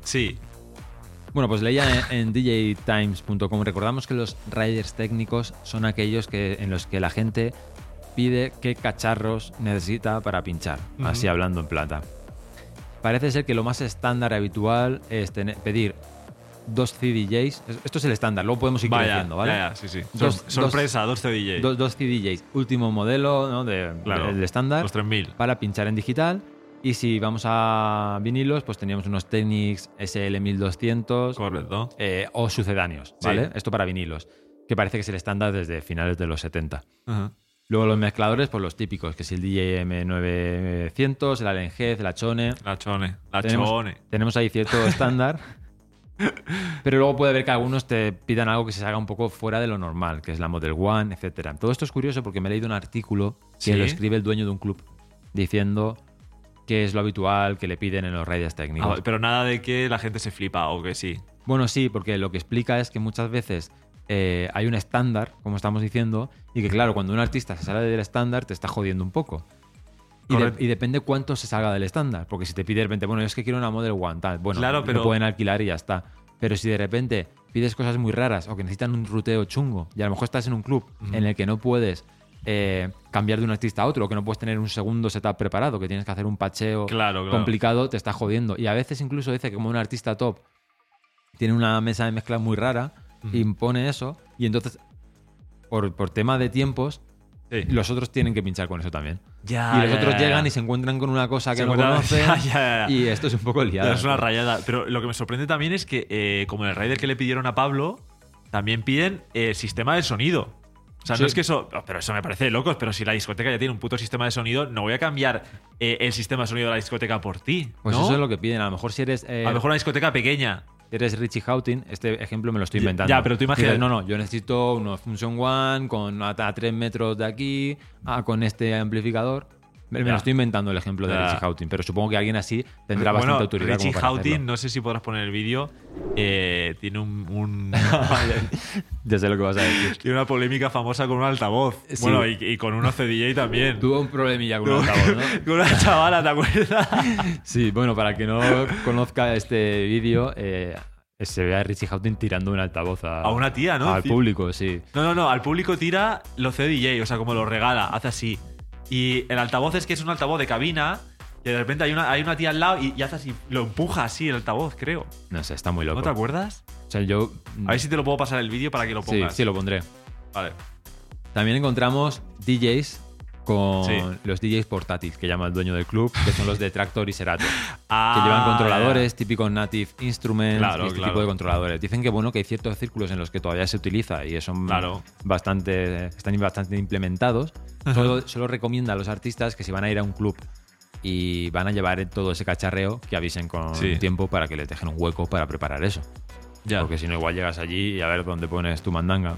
[SPEAKER 1] Sí.
[SPEAKER 2] Bueno, pues leía en, en djtimes.com. Recordamos que los riders técnicos son aquellos que, en los que la gente pide qué cacharros necesita para pinchar,
[SPEAKER 1] Ujú.
[SPEAKER 2] así hablando en plata. Parece ser que lo más estándar habitual es tener- pedir dos CDJs. Es- Esto es el estándar, luego podemos ir
[SPEAKER 1] Vaya,
[SPEAKER 2] creciendo, ¿vale?
[SPEAKER 1] ya, ya, sí, sí.
[SPEAKER 2] Dos-
[SPEAKER 1] Sor- sorpresa, 12 DJ.
[SPEAKER 2] Dos, dos CDJs, último modelo ¿no? de,
[SPEAKER 1] Claro.
[SPEAKER 2] del estándar,
[SPEAKER 1] Los 3000.
[SPEAKER 2] para pinchar en digital. Y si vamos a vinilos, pues teníamos unos Technics SL1200
[SPEAKER 1] Correcto.
[SPEAKER 2] eh, o sucedáneos,
[SPEAKER 1] Sí.
[SPEAKER 2] ¿vale? Esto para vinilos, que parece que es el estándar desde finales de los 70.
[SPEAKER 1] Ajá.
[SPEAKER 2] Luego los mezcladores, pues los típicos, que es el DJM900, el Allen Heath, el Achone.
[SPEAKER 1] La chone. La
[SPEAKER 2] Tenemos-
[SPEAKER 1] chone.
[SPEAKER 2] Tenemos ahí
[SPEAKER 1] <laughs>
[SPEAKER 2] cierto estándar. Pero luego puede haber que algunos te pidan algo que se haga un poco fuera de lo normal, que es la Model One, etcétera. Todo esto es curioso porque me he leído un artículo
[SPEAKER 1] Sí.
[SPEAKER 2] que lo escribe el dueño de un club diciendo que es lo habitual que le piden en los radios técnicos.
[SPEAKER 1] Ah, pero nada de que la gente se flipa o que sí.
[SPEAKER 2] Bueno, sí, porque lo que explica es que muchas veces eh, hay un estándar, como estamos diciendo, y que claro, cuando un artista se sale del estándar te está jodiendo un poco. Y, de-
[SPEAKER 1] Correcto.
[SPEAKER 2] y depende cuánto se salga del estándar, porque si te pide de repente, bueno, es que quiero una Model One, tal, bueno,
[SPEAKER 1] Claro,
[SPEAKER 2] lo
[SPEAKER 1] pero-
[SPEAKER 2] pueden alquilar y ya está. Pero si de repente pides cosas muy raras o que necesitan un ruteo chungo, y a lo mejor estás en un club
[SPEAKER 1] Ujú.
[SPEAKER 2] en el que no puedes eh, cambiar de un artista a otro, o que no puedes tener un segundo setup preparado, que tienes que hacer un pacheo
[SPEAKER 1] Claro, claro.
[SPEAKER 2] complicado, te está jodiendo. Y a veces incluso dice que como un artista top tiene una mesa de mezcla muy rara,
[SPEAKER 1] Ujú.
[SPEAKER 2] impone eso, y entonces, por, por tema de tiempos,
[SPEAKER 1] Sí.
[SPEAKER 2] los otros tienen que pinchar con eso también.
[SPEAKER 1] Ya,
[SPEAKER 2] y los
[SPEAKER 1] Ah, ya,
[SPEAKER 2] otros
[SPEAKER 1] ya,
[SPEAKER 2] llegan
[SPEAKER 1] ya.
[SPEAKER 2] y se encuentran con una cosa que
[SPEAKER 1] Se <laughs>
[SPEAKER 2] no
[SPEAKER 1] encuentran-
[SPEAKER 2] conocen.
[SPEAKER 1] Ya, ya, ya.
[SPEAKER 2] Y esto es un poco liado.
[SPEAKER 1] Es una rayada. Pero lo que me sorprende también es que, eh, como en el Raider que le pidieron a Pablo, también piden el sistema de sonido. O sea,
[SPEAKER 2] Sí.
[SPEAKER 1] no es que eso. oh, Pero eso me parece de locos. Pero si la discoteca ya tiene un puto sistema de sonido, no voy a cambiar eh, el sistema de sonido de la discoteca por ti.
[SPEAKER 2] Pues
[SPEAKER 1] ¿no?
[SPEAKER 2] eso es lo que piden. A lo mejor si eres, eh,
[SPEAKER 1] A lo mejor una discoteca pequeña.
[SPEAKER 2] eres Richie Houghton, este ejemplo me lo estoy
[SPEAKER 1] Ya-
[SPEAKER 2] inventando.
[SPEAKER 1] ya, pero tú imagina-
[SPEAKER 2] Dices, no, no, yo necesito una Function One con a, a 3 metros de aquí, ah, con este amplificador. Me, me
[SPEAKER 1] Ya.
[SPEAKER 2] lo estoy inventando el ejemplo de
[SPEAKER 1] Ya.
[SPEAKER 2] Richie Houghton, pero supongo que alguien así tendrá
[SPEAKER 1] bueno,
[SPEAKER 2] bastante autoridad. como
[SPEAKER 1] Richie
[SPEAKER 2] para hacerlo.
[SPEAKER 1] Houghton, no sé si podrás poner el vídeo, eh, tiene un, un- <laughs>
[SPEAKER 2] Ya sé lo que vas a decir.
[SPEAKER 1] tiene una polémica famosa con un altavoz.
[SPEAKER 2] Sí.
[SPEAKER 1] Bueno, y, y con un OCDJ también.
[SPEAKER 2] <laughs> Tuvo un problemilla con
[SPEAKER 1] Tuvo-
[SPEAKER 2] un altavoz, ¿no?
[SPEAKER 1] con una chavala, ¿te acuerdas?
[SPEAKER 2] <laughs> Sí, bueno, para que no conozca este vídeo, eh, se ve a Richie Houghton tirando un altavoz a,
[SPEAKER 1] A una tía, ¿no?
[SPEAKER 2] al
[SPEAKER 1] Sí.
[SPEAKER 2] público, sí.
[SPEAKER 1] No, no, no, al público tira los CDJ, o sea, como los regala, hace así. Y el altavoz es que es un altavoz de cabina, y de repente hay una, hay una tía al lado y, y hace así, lo empuja así el altavoz, creo.
[SPEAKER 2] No sé, está muy
[SPEAKER 1] ¿No
[SPEAKER 2] loco.
[SPEAKER 1] te acuerdas?
[SPEAKER 2] o sea, yo.
[SPEAKER 1] A ver si te lo puedo pasar el vídeo para que lo
[SPEAKER 2] sí,
[SPEAKER 1] pongas.
[SPEAKER 2] sí, lo pondré.
[SPEAKER 1] Vale.
[SPEAKER 2] También encontramos DJs con
[SPEAKER 1] Sí.
[SPEAKER 2] los DJs portátiles, que llama el dueño del club, que son los de Tractor
[SPEAKER 1] <laughs>
[SPEAKER 2] y Serato, que
[SPEAKER 1] Ah,
[SPEAKER 2] llevan controladores, típicos native instruments,
[SPEAKER 1] Claro,
[SPEAKER 2] y este
[SPEAKER 1] claro.
[SPEAKER 2] tipo de controladores. Dicen que bueno, que hay ciertos círculos en los que todavía se utiliza y son
[SPEAKER 1] Claro.
[SPEAKER 2] bastante, están bastante implementados. Solo, solo recomienda a los artistas que si van a ir a un club y van a llevar todo ese cacharreo, que avisen con
[SPEAKER 1] Sí.
[SPEAKER 2] tiempo para que les dejen un hueco para preparar eso.
[SPEAKER 1] Ya.
[SPEAKER 2] Porque si no, igual llegas allí y a ver dónde pones tu mandanga.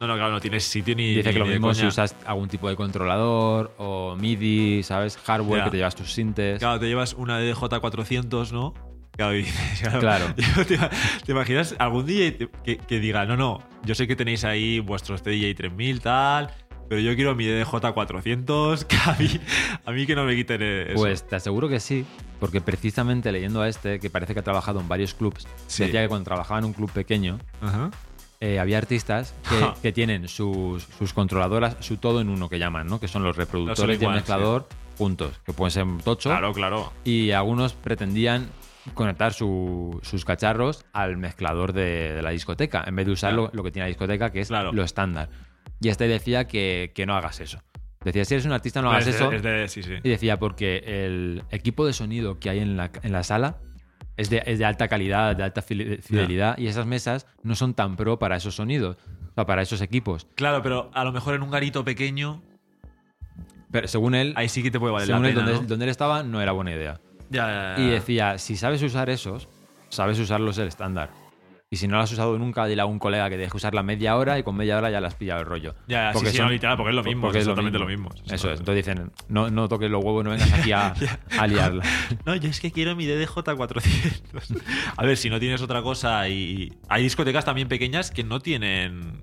[SPEAKER 1] No, no, claro, no tienes sitio ni.
[SPEAKER 2] Dice
[SPEAKER 1] ni
[SPEAKER 2] que lo
[SPEAKER 1] de
[SPEAKER 2] mismo si
[SPEAKER 1] coña.
[SPEAKER 2] usas algún tipo de controlador o MIDI, ¿sabes? Hardware
[SPEAKER 1] Ya.
[SPEAKER 2] que te llevas tus sintes.
[SPEAKER 1] Claro, te llevas una DJ400, ¿no? Claro, y <laughs> dices,
[SPEAKER 2] Claro.
[SPEAKER 1] Te, ima- te imaginas algún DJ te- que, que diga, no, no, yo sé que tenéis ahí vuestros DJ 3000, tal, pero yo quiero mi DJ400, <laughs> que a mí, a mí que no me quiten eh, eso.
[SPEAKER 2] Pues te aseguro que sí, porque precisamente leyendo a este, que parece que ha trabajado en varios clubs,
[SPEAKER 1] Sí.
[SPEAKER 2] decía que cuando trabajaba en un club pequeño,
[SPEAKER 1] Ajá.
[SPEAKER 2] eh, había artistas
[SPEAKER 1] Ja.
[SPEAKER 2] que, que tienen sus, sus controladoras, su todo en uno que llaman, ¿no? Que son los reproductores y el
[SPEAKER 1] igual, sí.
[SPEAKER 2] mezclador juntos, que pueden ser tocho.
[SPEAKER 1] Claro, claro.
[SPEAKER 2] Y algunos pretendían conectar su- sus cacharros al mezclador de, de la discoteca, en vez de usar
[SPEAKER 1] Claro.
[SPEAKER 2] lo, lo que tiene la discoteca, que es
[SPEAKER 1] Claro.
[SPEAKER 2] lo estándar. Y este decía que, que no hagas eso. Decía, si eres un artista, no hagas
[SPEAKER 1] Pues es de-
[SPEAKER 2] eso.
[SPEAKER 1] es de- sí, sí.
[SPEAKER 2] Y decía, porque el equipo de sonido que hay en la, en la sala es de, es de alta calidad, de alta fili- fidelidad, y esas mesas no son tan pro para esos sonidos. sea, para esos equipos.
[SPEAKER 1] Claro, pero a lo mejor en un garito pequeño,
[SPEAKER 2] Pero según él,
[SPEAKER 1] ahí sí que te puede valer
[SPEAKER 2] según
[SPEAKER 1] la
[SPEAKER 2] él,
[SPEAKER 1] pena.
[SPEAKER 2] donde,
[SPEAKER 1] ¿no?
[SPEAKER 2] donde él estaba no era buena idea.
[SPEAKER 1] Ya, ya, ya.
[SPEAKER 2] Y decía, si sabes usar esos, sabes usarlos el estándar. Y si no lo has usado nunca, dile a un colega que deje usarla media hora y con media hora ya le has pillado el rollo.
[SPEAKER 1] Ya, ya, sí, sí, no, literal, porque es lo mismo, es exactamente lo mismo.
[SPEAKER 2] Eso, es. Entonces dicen, no, no toques los huevos, no vengas aquí
[SPEAKER 1] <laughs>
[SPEAKER 2] a, a liarla.
[SPEAKER 1] No, yo es que quiero mi DDJ400. A ver, si no tienes otra cosa y... Hay discotecas también pequeñas que no tienen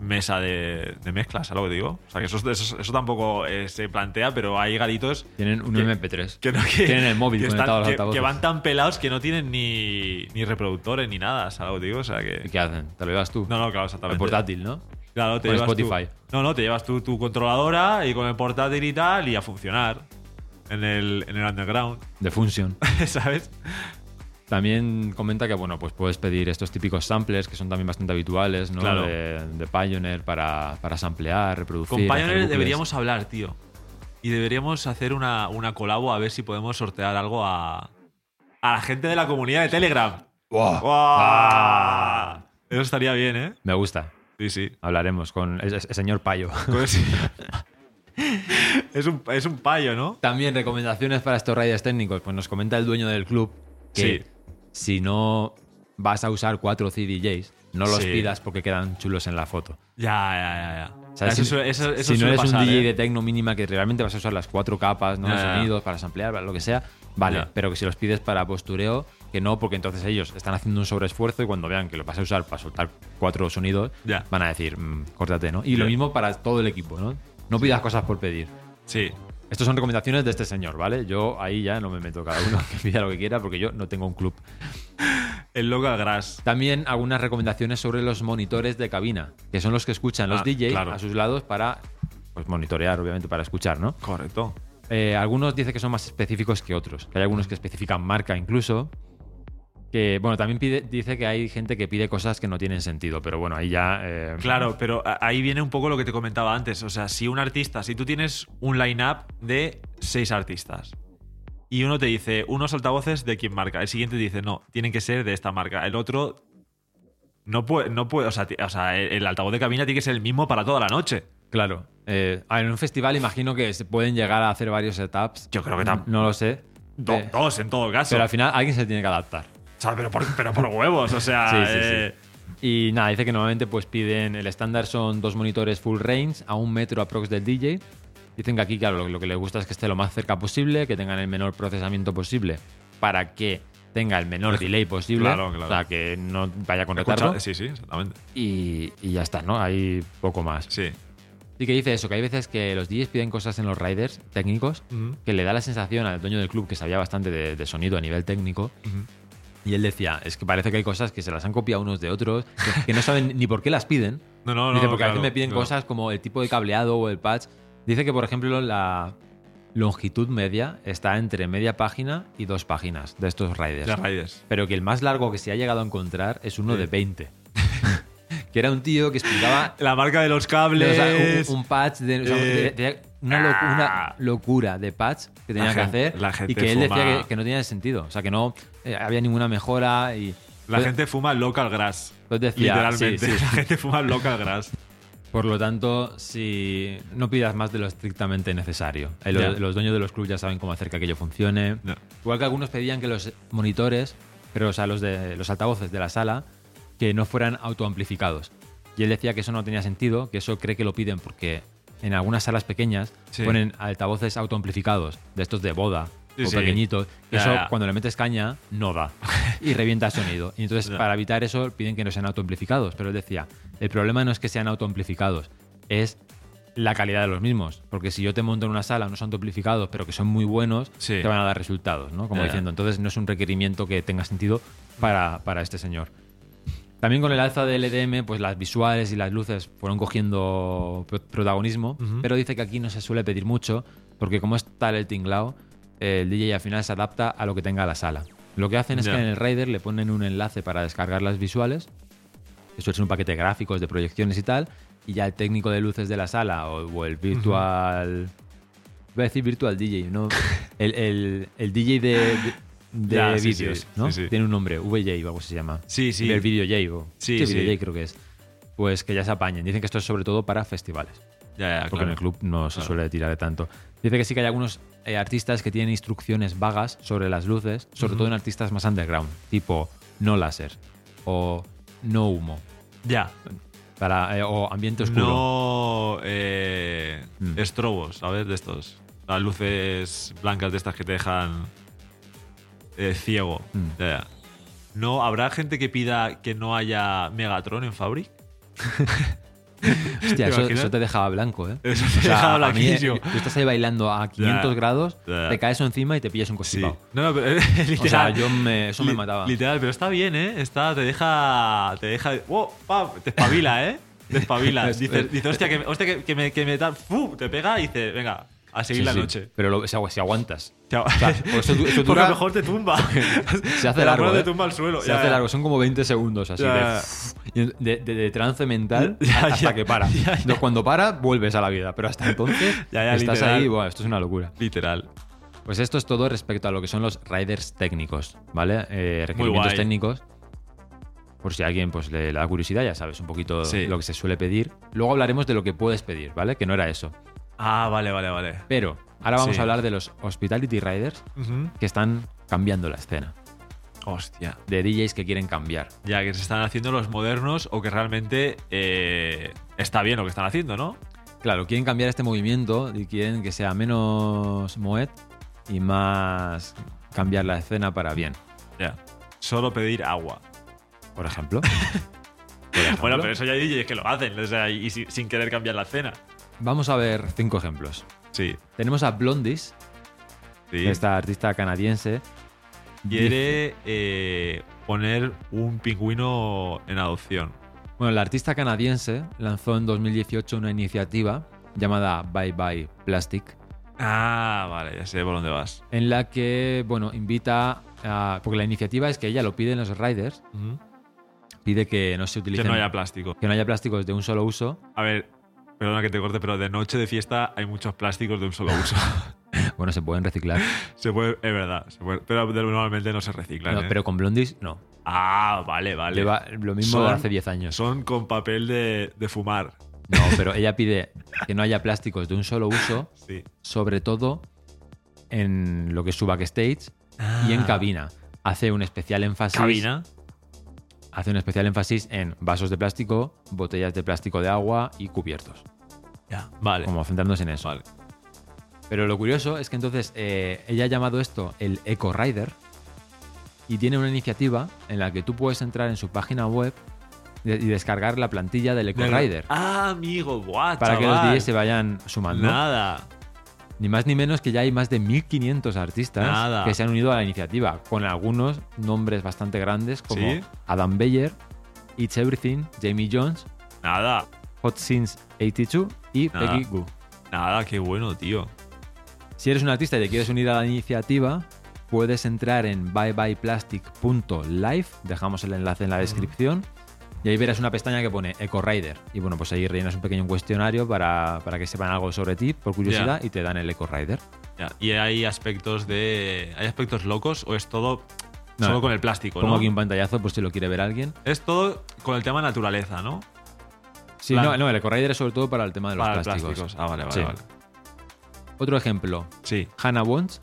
[SPEAKER 1] mesa de, de mezclas, ¿sabes lo que digo? O sea, que eso, eso- eso tampoco eh, se plantea, pero hay garitos
[SPEAKER 2] Tienen
[SPEAKER 1] <laughs>
[SPEAKER 2] un
[SPEAKER 1] Que-
[SPEAKER 2] MP3.
[SPEAKER 1] que, no, que-
[SPEAKER 2] Tienen el móvil
[SPEAKER 1] que están-
[SPEAKER 2] conectado a los
[SPEAKER 1] que-
[SPEAKER 2] altavoces.
[SPEAKER 1] que van tan pelados que no tienen ni, ni reproductores ni nada, ¿sabes lo que digo? O sea,
[SPEAKER 2] ¿Y
[SPEAKER 1] que...
[SPEAKER 2] qué hacen? ¿Te lo llevas tú?
[SPEAKER 1] No, no, claro,
[SPEAKER 2] el
[SPEAKER 1] exactamente.
[SPEAKER 2] portátil, ¿no?
[SPEAKER 1] Claro, te
[SPEAKER 2] Con
[SPEAKER 1] llevas tú-
[SPEAKER 2] Spotify.
[SPEAKER 1] no, no, te llevas tú tu controladora y con el portátil y tal y a funcionar en el, en el underground, <laughs>
[SPEAKER 2] De Function.
[SPEAKER 1] ¿sabes?
[SPEAKER 2] También comenta que, bueno, pues puedes pedir estos típicos samplers que son también bastante habituales, ¿no?
[SPEAKER 1] Claro.
[SPEAKER 2] De, de Pioneer para, para samplear, reproducir.
[SPEAKER 1] Con
[SPEAKER 2] hacer
[SPEAKER 1] Pioneer
[SPEAKER 2] bucles.
[SPEAKER 1] deberíamos hablar, tío. Y deberíamos hacer una, una colabo a ver si podemos sortear algo a, a la gente de la comunidad de Telegram.
[SPEAKER 2] ¡Buah!
[SPEAKER 1] ¡Guau! Eso estaría bien, ¿eh?
[SPEAKER 2] Me gusta.
[SPEAKER 1] Sí, sí.
[SPEAKER 2] Hablaremos con el, el señor Payo.
[SPEAKER 1] Pues- <laughs> es, un, es un payo, ¿no?
[SPEAKER 2] <laughs> También recomendaciones para estos raids técnicos. Pues nos comenta el dueño del club que si no vas a usar cuatro CDJs, no los
[SPEAKER 1] Sí.
[SPEAKER 2] pidas porque quedan chulos en la foto.
[SPEAKER 1] Ya, ya, ya. ya.
[SPEAKER 2] O sea,
[SPEAKER 1] Eso
[SPEAKER 2] si,
[SPEAKER 1] suele- eso- eso
[SPEAKER 2] si no
[SPEAKER 1] suele
[SPEAKER 2] eres
[SPEAKER 1] pasar,
[SPEAKER 2] un DJ
[SPEAKER 1] ¿eh?
[SPEAKER 2] de tecno mínima que realmente vas a usar las cuatro capas, ¿no?
[SPEAKER 1] Ya,
[SPEAKER 2] Los
[SPEAKER 1] ya, ya.
[SPEAKER 2] sonidos para samplear, para lo que sea, vale.
[SPEAKER 1] Ya.
[SPEAKER 2] Pero que si los pides para postureo, que no, porque entonces ellos están haciendo un sobreesfuerzo y cuando vean que lo vas a usar para soltar cuatro sonidos,
[SPEAKER 1] Ya.
[SPEAKER 2] van a decir, "Mm, córtate, ¿no? Y
[SPEAKER 1] Ya.
[SPEAKER 2] lo mismo para todo el equipo, ¿no? No pidas cosas por pedir.
[SPEAKER 1] Sí.
[SPEAKER 2] Estas son recomendaciones de este señor, ¿vale? Yo ahí ya no me meto cada uno <laughs> que pida lo que quiera porque yo no tengo un club.
[SPEAKER 1] El local grass.
[SPEAKER 2] También algunas recomendaciones sobre los monitores de cabina, que son los que escuchan los
[SPEAKER 1] Ah,
[SPEAKER 2] DJs
[SPEAKER 1] claro.
[SPEAKER 2] a sus lados para pues, monitorear, obviamente, para escuchar, ¿no?
[SPEAKER 1] Correcto.
[SPEAKER 2] Eh, algunos dicen que son más específicos que otros, que hay algunos que especifican marca incluso. Que, bueno, también pide- dice que hay gente que pide cosas que no tienen sentido, pero bueno, ahí ya. eh,
[SPEAKER 1] Claro, pero a- ahí viene un poco lo que te comentaba antes. O sea, si un artista, si tú tienes un line-up de seis artistas y uno te dice unos altavoces de quién marca, el siguiente te dice no, tienen que ser de esta marca, el otro no puede, no puede o sea, ti- o sea, el, el altavoz de cabina tiene que ser el mismo para toda la noche.
[SPEAKER 2] Claro. Eh, a ver, en un festival imagino que se pueden llegar a hacer varios setups.
[SPEAKER 1] Yo creo que tam-
[SPEAKER 2] No lo sé.
[SPEAKER 1] Do-
[SPEAKER 2] Eh,
[SPEAKER 1] Dos en todo caso.
[SPEAKER 2] pero al final alguien se tiene que adaptar.
[SPEAKER 1] O sea, pero, por, pero por huevos, o sea.
[SPEAKER 2] Sí, sí, sí.
[SPEAKER 1] eh,
[SPEAKER 2] Y nada, dice que normalmente pues piden, el estándar son dos monitores full range a un metro aprox del DJ. Dicen que aquí, claro, lo, lo que les gusta es que esté lo más cerca posible, que tengan el menor procesamiento posible para que tenga el menor delay posible.
[SPEAKER 1] Claro, claro.
[SPEAKER 2] O sea, que no vaya con
[SPEAKER 1] escucha-
[SPEAKER 2] retardo.
[SPEAKER 1] sí, sí, exactamente.
[SPEAKER 2] Y, y ya está, ¿no? Hay poco más.
[SPEAKER 1] Sí.
[SPEAKER 2] Y que dice eso, que hay veces que los DJs piden cosas en los riders técnicos
[SPEAKER 1] Ujú,
[SPEAKER 2] que le da la sensación al dueño del club que sabía bastante de, de sonido a nivel técnico.
[SPEAKER 1] ujú.
[SPEAKER 2] Y él decía, es que parece que hay cosas que se las han copiado unos de otros, que, que no saben ni por qué las piden.
[SPEAKER 1] No, <laughs> no, no.
[SPEAKER 2] Dice, porque a
[SPEAKER 1] claro,
[SPEAKER 2] veces me piden
[SPEAKER 1] claro.
[SPEAKER 2] cosas como el tipo de cableado o el patch. Dice que, por ejemplo, la longitud media está entre media página y dos páginas de estos riders.
[SPEAKER 1] Ya, Raiders.
[SPEAKER 2] Pero que el más largo que se ha llegado a encontrar es uno
[SPEAKER 1] Sí.
[SPEAKER 2] de 20. <laughs> que era un tío que explicaba
[SPEAKER 1] La marca de los cables.
[SPEAKER 2] o sea, un, un patch de, o sea,
[SPEAKER 1] Eh, ah.
[SPEAKER 2] de- de- una, locu- una locura de patch que tenía
[SPEAKER 1] La
[SPEAKER 2] que
[SPEAKER 1] gente-
[SPEAKER 2] hacer
[SPEAKER 1] la gente
[SPEAKER 2] y que él decía
[SPEAKER 1] fuma.
[SPEAKER 2] que, que no tenía sentido. O sea, que no eh, había ninguna mejora y...
[SPEAKER 1] La gente fuma local grass.
[SPEAKER 2] Entonces decía,
[SPEAKER 1] literalmente. <laughs>
[SPEAKER 2] Eh, sí, sí.
[SPEAKER 1] La gente fuma local grass.
[SPEAKER 2] Por lo tanto, si no pidas más de lo estrictamente necesario. Eh, lo-
[SPEAKER 1] Ya.
[SPEAKER 2] Los dueños de los clubes ya saben cómo hacer que aquello funcione.
[SPEAKER 1] Ya.
[SPEAKER 2] Igual que algunos pedían que los monitores, pero o sea, los de los altavoces de la sala, que no fueran autoamplificados. Y él decía que eso no tenía sentido, que eso cree que lo piden porque en algunas salas pequeñas
[SPEAKER 1] Sí.
[SPEAKER 2] ponen altavoces autoamplificados, de estos de boda
[SPEAKER 1] Sí,
[SPEAKER 2] o
[SPEAKER 1] sí.
[SPEAKER 2] pequeñitos. que
[SPEAKER 1] Ya,
[SPEAKER 2] eso
[SPEAKER 1] ya.
[SPEAKER 2] cuando le metes caña no
[SPEAKER 1] <laughs>
[SPEAKER 2] da y revienta el sonido. Y entonces
[SPEAKER 1] Ya.
[SPEAKER 2] para evitar eso piden que no sean autoamplificados. Pero él decía, el problema no es que sean autoamplificados, es la calidad de los mismos. Porque si yo te monto en una sala unos autoamplificados, pero que son muy buenos,
[SPEAKER 1] Sí.
[SPEAKER 2] te van a dar resultados, ¿no? Como
[SPEAKER 1] Ya, ya.
[SPEAKER 2] diciendo, entonces no es un requerimiento que tenga sentido para, para este señor. También con el alza del EDM, pues las visuales y las luces fueron cogiendo pro- protagonismo,
[SPEAKER 1] Ujú.
[SPEAKER 2] pero dice que aquí no se suele pedir mucho, porque como es tal el tinglao, el DJ al final se adapta a lo que tenga la sala. Lo que hacen es
[SPEAKER 1] Ya.
[SPEAKER 2] que en el Raider le ponen un enlace para descargar las visuales, eso es un paquete de gráficos, de proyecciones y tal, y ya el técnico de luces de la sala o, o el virtual... Voy a decir virtual
[SPEAKER 1] <laughs>
[SPEAKER 2] DJ, ¿no? El, el- el DJ de, de, de
[SPEAKER 1] Ya, sí, sí,
[SPEAKER 2] vídeos,
[SPEAKER 1] sí,
[SPEAKER 2] ¿no?
[SPEAKER 1] sí.
[SPEAKER 2] Tiene un nombre, VJ o algo se llama.
[SPEAKER 1] Sí, sí.
[SPEAKER 2] El video J, o-
[SPEAKER 1] Sí, sí.
[SPEAKER 2] video J creo que es. pues que ya se apañen. Dicen que esto es sobre todo para festivales.
[SPEAKER 1] Ya, ya,
[SPEAKER 2] Porque en
[SPEAKER 1] Ah, claro.
[SPEAKER 2] el club no se
[SPEAKER 1] Claro.
[SPEAKER 2] suele tirar de tanto. Dice que sí que hay algunos eh, artistas que tienen instrucciones vagas sobre las luces, sobre
[SPEAKER 1] Ujú.
[SPEAKER 2] todo en artistas más underground, tipo no láser o no humo
[SPEAKER 1] Ya.
[SPEAKER 2] para, eh, o ambiente oscuro.
[SPEAKER 1] No eh,
[SPEAKER 2] Mm.
[SPEAKER 1] estrobos, ¿sabes? De estos. Las luces blancas de estas que te dejan eh, ciego.
[SPEAKER 2] Mm.
[SPEAKER 1] Ya, ya. No, ¿Habrá gente que pida que no haya Megatron en Fabric? <laughs>
[SPEAKER 2] Hostia,
[SPEAKER 1] ¿te
[SPEAKER 2] eso,
[SPEAKER 1] imaginas?
[SPEAKER 2] eso te dejaba blanco, ¿eh?
[SPEAKER 1] Eso
[SPEAKER 2] O
[SPEAKER 1] te
[SPEAKER 2] sea,
[SPEAKER 1] deja
[SPEAKER 2] a mí, eh,
[SPEAKER 1] blanquísimo.
[SPEAKER 2] tú estás ahí bailando a 500 grados,
[SPEAKER 1] Ya.
[SPEAKER 2] te caes encima y te pillas un
[SPEAKER 1] Sí.
[SPEAKER 2] costipado.
[SPEAKER 1] No, no, pero <laughs> literal.
[SPEAKER 2] O sea, yo me- eso me
[SPEAKER 1] li-
[SPEAKER 2] mataba.
[SPEAKER 1] Literal, pero está bien, ¿eh? Está, te deja. Te deja. ¡Wow! pam, Te espabila, ¿eh? Te
[SPEAKER 2] <laughs>
[SPEAKER 1] espabila. Dices, dices, hostia, que, me- hostia, que, que me, que me da. ¡fu! Te pega y dice, venga, a seguir
[SPEAKER 2] Sí,
[SPEAKER 1] la
[SPEAKER 2] sí.
[SPEAKER 1] noche.
[SPEAKER 2] Pero lo- si agu- si aguantas.
[SPEAKER 1] Chao.
[SPEAKER 2] sea, o eso du-
[SPEAKER 1] <laughs>
[SPEAKER 2] eso
[SPEAKER 1] Porque a
[SPEAKER 2] dura-
[SPEAKER 1] lo mejor te tumba.
[SPEAKER 2] <laughs> Se hace
[SPEAKER 1] Te la
[SPEAKER 2] largo.
[SPEAKER 1] mano te
[SPEAKER 2] ¿eh?
[SPEAKER 1] tumba al suelo.
[SPEAKER 2] Se
[SPEAKER 1] Ya,
[SPEAKER 2] hace
[SPEAKER 1] ya.
[SPEAKER 2] largo, son como 20 segundos así <laughs>
[SPEAKER 1] Ya,
[SPEAKER 2] de, de, de- de trance mental
[SPEAKER 1] <laughs> Ya,
[SPEAKER 2] hasta
[SPEAKER 1] ya,
[SPEAKER 2] que para.
[SPEAKER 1] ya, ya.
[SPEAKER 2] Entonces, cuando para, vuelves a la vida, pero hasta entonces
[SPEAKER 1] <laughs> Ya, ya,
[SPEAKER 2] estás
[SPEAKER 1] literal.
[SPEAKER 2] ahí, bueno, esto es una locura.
[SPEAKER 1] Literal.
[SPEAKER 2] Pues esto es todo respecto a lo que son los riders técnicos, ¿vale? Eh,
[SPEAKER 1] guay.
[SPEAKER 2] requerimientos técnicos. Por si a alguien pues, le, le da curiosidad, ya sabes un poquito
[SPEAKER 1] Sí.
[SPEAKER 2] lo que se suele pedir. Luego hablaremos de lo que puedes pedir, ¿vale? Que no era eso.
[SPEAKER 1] Ah, vale, vale, vale.
[SPEAKER 2] Pero ahora vamos
[SPEAKER 1] Sí.
[SPEAKER 2] a hablar de los hospitality riders
[SPEAKER 1] Ujú.
[SPEAKER 2] que están cambiando la escena.
[SPEAKER 1] Hostia.
[SPEAKER 2] De DJs que quieren cambiar.
[SPEAKER 1] Ya que se están haciendo los modernos o que realmente eh, está bien lo que están haciendo, ¿no?
[SPEAKER 2] Claro, quieren cambiar este movimiento y quieren que sea menos moet y más cambiar la escena para bien,
[SPEAKER 1] Ya. Solo pedir agua. <laughs>
[SPEAKER 2] por ejemplo. Por ejemplo.
[SPEAKER 1] Bueno, pero eso ya hay DJs que lo hacen, o sea, y si- sin querer cambiar la escena.
[SPEAKER 2] Vamos a ver cinco ejemplos.
[SPEAKER 1] Sí.
[SPEAKER 2] Tenemos a Blondis,
[SPEAKER 1] sí.
[SPEAKER 2] esta artista canadiense.
[SPEAKER 1] Quiere eh, poner un pingüino en adopción.
[SPEAKER 2] Bueno, la artista canadiense lanzó en 2018 una iniciativa llamada Bye Bye Plastic,
[SPEAKER 1] Ah, vale, ya sé por dónde vas.
[SPEAKER 2] en la que, bueno, invita a... Porque la iniciativa es que ella lo pide en los riders,
[SPEAKER 1] Ujú.
[SPEAKER 2] pide que no se
[SPEAKER 1] Que
[SPEAKER 2] utilicen...
[SPEAKER 1] no haya plástico.
[SPEAKER 2] que no haya plásticos de un solo uso.
[SPEAKER 1] A ver, perdona que te corte, pero de noche de fiesta hay muchos plásticos de un solo
[SPEAKER 2] <laughs>
[SPEAKER 1] uso.
[SPEAKER 2] Bueno, se pueden reciclar.
[SPEAKER 1] se puede, es verdad, se puede- pero normalmente no se reciclan.
[SPEAKER 2] No,
[SPEAKER 1] ¿eh?
[SPEAKER 2] pero con Blondis no.
[SPEAKER 1] ah, vale, vale.
[SPEAKER 2] Le va- lo mismo
[SPEAKER 1] Son-
[SPEAKER 2] de hace 10 años.
[SPEAKER 1] Son con papel de, de fumar.
[SPEAKER 2] No, pero ella pide que no haya plásticos de un solo uso,
[SPEAKER 1] Sí.
[SPEAKER 2] sobre todo en lo que es su backstage y en
[SPEAKER 1] Ah.
[SPEAKER 2] cabina. Hace un especial énfasis.
[SPEAKER 1] Cabina.
[SPEAKER 2] Hace un especial énfasis en vasos de plástico, botellas de plástico de agua y cubiertos.
[SPEAKER 1] Ya. Vale.
[SPEAKER 2] Como centrándose en eso.
[SPEAKER 1] Vale.
[SPEAKER 2] Pero lo curioso es que entonces eh, ella ha llamado esto el Eco Rider y tiene una iniciativa en la que tú puedes entrar en su página web y y descargar la plantilla del Eco Rider
[SPEAKER 1] Ah, amigo, guau,
[SPEAKER 2] para que los
[SPEAKER 1] chaval.
[SPEAKER 2] DJs se vayan sumando.
[SPEAKER 1] Nada.
[SPEAKER 2] Ni más ni menos que ya hay más de 1500 artistas
[SPEAKER 1] Nada.
[SPEAKER 2] que se han unido a la iniciativa, con algunos nombres bastante grandes como
[SPEAKER 1] ¿Sí?
[SPEAKER 2] Adam Beyer, It's Everything, Jamie Jones,
[SPEAKER 1] Nada.
[SPEAKER 2] Hot Sins 82 y
[SPEAKER 1] Nada.
[SPEAKER 2] Peggy Goo.
[SPEAKER 1] Nada, qué bueno, tío.
[SPEAKER 2] Si eres un artista y te quieres unir a la iniciativa, puedes entrar en byebyeplastic.live, dejamos el enlace en la descripción, y ahí verás una pestaña que pone Eco Rider. Y bueno, pues ahí rellenas un pequeño cuestionario para, para que sepan algo sobre ti, por curiosidad, y te dan el Eco Rider.
[SPEAKER 1] Ya, Y hay aspectos de. ¿Hay aspectos locos o es todo
[SPEAKER 2] No,
[SPEAKER 1] solo con el plástico?
[SPEAKER 2] Pongo
[SPEAKER 1] ¿no?
[SPEAKER 2] aquí un pantallazo por si lo quiere ver alguien.
[SPEAKER 1] Es todo con el tema naturaleza, ¿no?
[SPEAKER 2] Sí,
[SPEAKER 1] Plan-
[SPEAKER 2] no, no, el Eco Rider es sobre todo para el tema de los
[SPEAKER 1] Para el
[SPEAKER 2] plásticos.
[SPEAKER 1] plásticos. Ah, vale, vale,
[SPEAKER 2] Sí.
[SPEAKER 1] vale.
[SPEAKER 2] Otro ejemplo,
[SPEAKER 1] Sí.
[SPEAKER 2] Hannah Wants.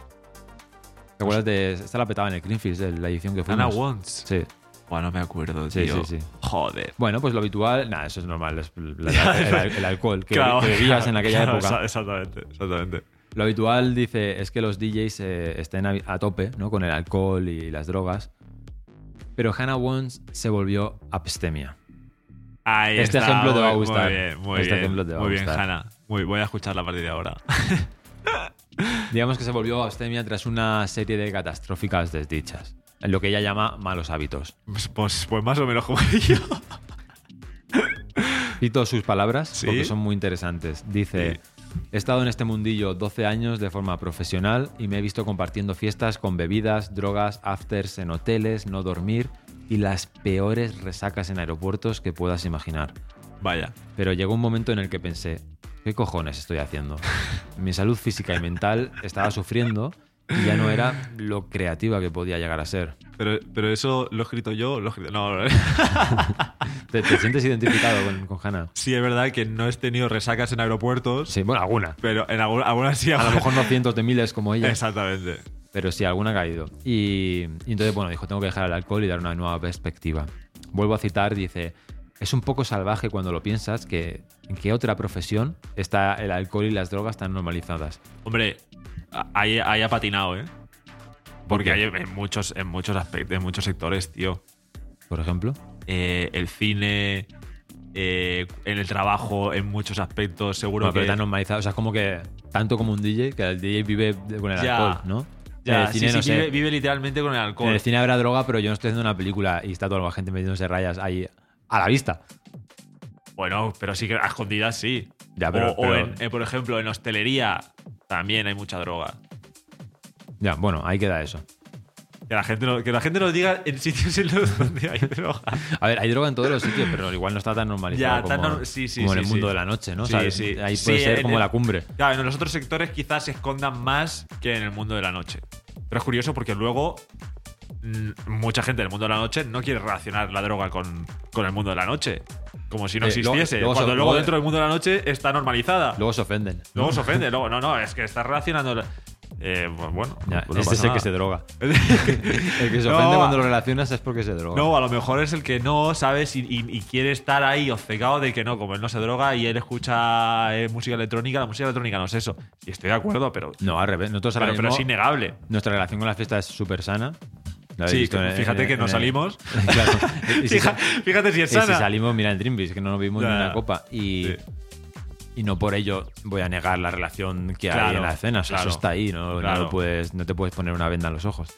[SPEAKER 2] ¿Te acuerdas de.? Esta la petaba en el Greenfields, de la edición que fue.
[SPEAKER 1] Hannah Wants.
[SPEAKER 2] Sí.
[SPEAKER 1] Bueno, me acuerdo,
[SPEAKER 2] Sí,
[SPEAKER 1] tío.
[SPEAKER 2] sí, sí.
[SPEAKER 1] Joder.
[SPEAKER 2] Bueno, pues lo habitual, nada, eso es normal, es la- la-
[SPEAKER 1] <laughs>
[SPEAKER 2] el, el alcohol que, que bebías en aquella
[SPEAKER 1] claro,
[SPEAKER 2] época.
[SPEAKER 1] exa- Exactamente, exactamente.
[SPEAKER 2] Lo habitual, dice, es que los DJs eh, estén a, a tope, ¿no? Con el alcohol y las drogas. Pero Hannah Wons se volvió abstemia.
[SPEAKER 1] Ahí
[SPEAKER 2] Este
[SPEAKER 1] está,
[SPEAKER 2] ejemplo te va a
[SPEAKER 1] muy-
[SPEAKER 2] gustar.
[SPEAKER 1] Muy bien, muy
[SPEAKER 2] Este
[SPEAKER 1] bien.
[SPEAKER 2] ejemplo te va a
[SPEAKER 1] muy bien,
[SPEAKER 2] gustar.
[SPEAKER 1] Hanna. Muy, voy a escuchar la partida de ahora. <laughs>
[SPEAKER 2] Digamos que se volvió abstemia tras una serie de catastróficas desdichas. Lo que ella llama malos hábitos.
[SPEAKER 1] Pues, pues, pues más o menos como <laughs> yo.
[SPEAKER 2] Cito sus palabras
[SPEAKER 1] Sí.
[SPEAKER 2] porque son muy interesantes. Dice, he estado en este mundillo 12 años de forma profesional y me he visto compartiendo fiestas con bebidas, drogas, afters en hoteles, no dormir y las peores resacas en aeropuertos que puedas imaginar.
[SPEAKER 1] Vaya.
[SPEAKER 2] Pero llegó un momento en el que pensé, ¿qué cojones estoy haciendo? Mi salud física y mental estaba sufriendo y ya no era lo creativa que podía llegar a ser.
[SPEAKER 1] Pero, pero eso lo he escrito yo, o lo he escrito. No, no, no.
[SPEAKER 2] ¿Te, te sientes identificado con, con Hannah?
[SPEAKER 1] <laughs> Sí, es verdad que no he tenido resacas en aeropuertos,
[SPEAKER 2] Sí, bueno, alguna.
[SPEAKER 1] pero en algu- algunas sí.
[SPEAKER 2] A lo
[SPEAKER 1] algunas-
[SPEAKER 2] mejor no cientos de miles como ella.
[SPEAKER 1] Exactamente.
[SPEAKER 2] Pero sí, alguna ha caído. Y, y entonces, bueno, dijo, tengo que dejar el alcohol y dar una nueva perspectiva. Vuelvo a citar, dice, es un poco salvaje cuando lo piensas que en qué otra profesión está el alcohol y las drogas tan normalizadas.
[SPEAKER 1] Hombre, a- ahí, ahí ha patinado, ¿eh?
[SPEAKER 2] qué?
[SPEAKER 1] Porque hay en muchos, en muchos aspectos, en muchos sectores, tío.
[SPEAKER 2] Por ejemplo,
[SPEAKER 1] Eh, el cine, eh, en el trabajo, en muchos aspectos, seguro
[SPEAKER 2] bueno, pero
[SPEAKER 1] que.
[SPEAKER 2] tan normalizado, o sea, es como que tanto como un DJ, que el DJ vive de- con el
[SPEAKER 1] Ya.
[SPEAKER 2] alcohol, ¿no?
[SPEAKER 1] Ya,
[SPEAKER 2] En el cine,
[SPEAKER 1] sí,
[SPEAKER 2] no
[SPEAKER 1] sí,
[SPEAKER 2] sé,
[SPEAKER 1] vive, vive literalmente con el
[SPEAKER 2] en
[SPEAKER 1] alcohol.
[SPEAKER 2] el cine habrá droga, pero yo no estoy haciendo una película y está toda la gente metiéndose rayas ahí a la vista.
[SPEAKER 1] Bueno, pero sí que a escondidas sí.
[SPEAKER 2] Ya,
[SPEAKER 1] o
[SPEAKER 2] pero-
[SPEAKER 1] o
[SPEAKER 2] pero-
[SPEAKER 1] en- eh, por ejemplo, en hostelería también hay mucha droga.
[SPEAKER 2] Ya, bueno, ahí queda eso.
[SPEAKER 1] Que la gente, no- que la gente nos diga en sitios en los <laughs> donde hay droga.
[SPEAKER 2] A ver, hay droga en todos los sitios, pero igual no está tan normalizado
[SPEAKER 1] Ya, tan
[SPEAKER 2] como,
[SPEAKER 1] norm- sí, sí, sí,
[SPEAKER 2] como en el
[SPEAKER 1] sí.
[SPEAKER 2] mundo de la noche, ¿no?
[SPEAKER 1] Sí,
[SPEAKER 2] O sea,
[SPEAKER 1] sí.
[SPEAKER 2] Ahí
[SPEAKER 1] Sí,
[SPEAKER 2] puede ser
[SPEAKER 1] en
[SPEAKER 2] como
[SPEAKER 1] el-
[SPEAKER 2] la cumbre.
[SPEAKER 1] Claro, en los otros sectores quizás se escondan más que en el mundo de la noche. Pero es curioso porque luego mm, mucha gente del mundo de la noche no quiere relacionar la droga con, con el mundo de la noche. Como si no
[SPEAKER 2] Eh, luego-
[SPEAKER 1] existiese.
[SPEAKER 2] luego se-
[SPEAKER 1] Cuando luego
[SPEAKER 2] luego-
[SPEAKER 1] dentro del mundo de la noche está normalizada. Luego,
[SPEAKER 2] Luego se ofenden.
[SPEAKER 1] se ofende. Luego, no, no, es que está relacionando. la- Eh, pues bueno,
[SPEAKER 2] Ya,
[SPEAKER 1] no
[SPEAKER 2] este
[SPEAKER 1] pasa
[SPEAKER 2] es el que se droga.
[SPEAKER 1] <laughs> nada.
[SPEAKER 2] El que se
[SPEAKER 1] No.
[SPEAKER 2] ofende cuando lo relacionas es porque se droga.
[SPEAKER 1] No, a lo mejor es el que no, ¿sabes? Y, y- y quiere estar ahí obcecado de que no, como él no se droga y él escucha eh, música electrónica, la música electrónica no es eso. Y estoy de acuerdo, pero,
[SPEAKER 2] No, al revés. Nosotros ahora
[SPEAKER 1] pero, pero es
[SPEAKER 2] mismo-
[SPEAKER 1] innegable.
[SPEAKER 2] nuestra relación con la fiesta es súper sana. Lo habéis
[SPEAKER 1] Sí,
[SPEAKER 2] visto en-
[SPEAKER 1] fíjate
[SPEAKER 2] en-
[SPEAKER 1] que
[SPEAKER 2] en-
[SPEAKER 1] no
[SPEAKER 2] en-
[SPEAKER 1] salimos.
[SPEAKER 2] <laughs>
[SPEAKER 1] <laughs>
[SPEAKER 2] claro. Y si,
[SPEAKER 1] Fija- Fíjate si
[SPEAKER 2] y
[SPEAKER 1] es
[SPEAKER 2] Eh, si
[SPEAKER 1] sana.
[SPEAKER 2] salimos, mira en Dreambis, que no nos vimos
[SPEAKER 1] Ya.
[SPEAKER 2] ni una copa. Y,
[SPEAKER 1] Sí.
[SPEAKER 2] y no por ello voy a negar la relación que hay
[SPEAKER 1] Claro,
[SPEAKER 2] en la escena. O sea,
[SPEAKER 1] claro,
[SPEAKER 2] eso está ahí, ¿no? No
[SPEAKER 1] claro.
[SPEAKER 2] lo puedes, no te puedes poner una venda en los ojos.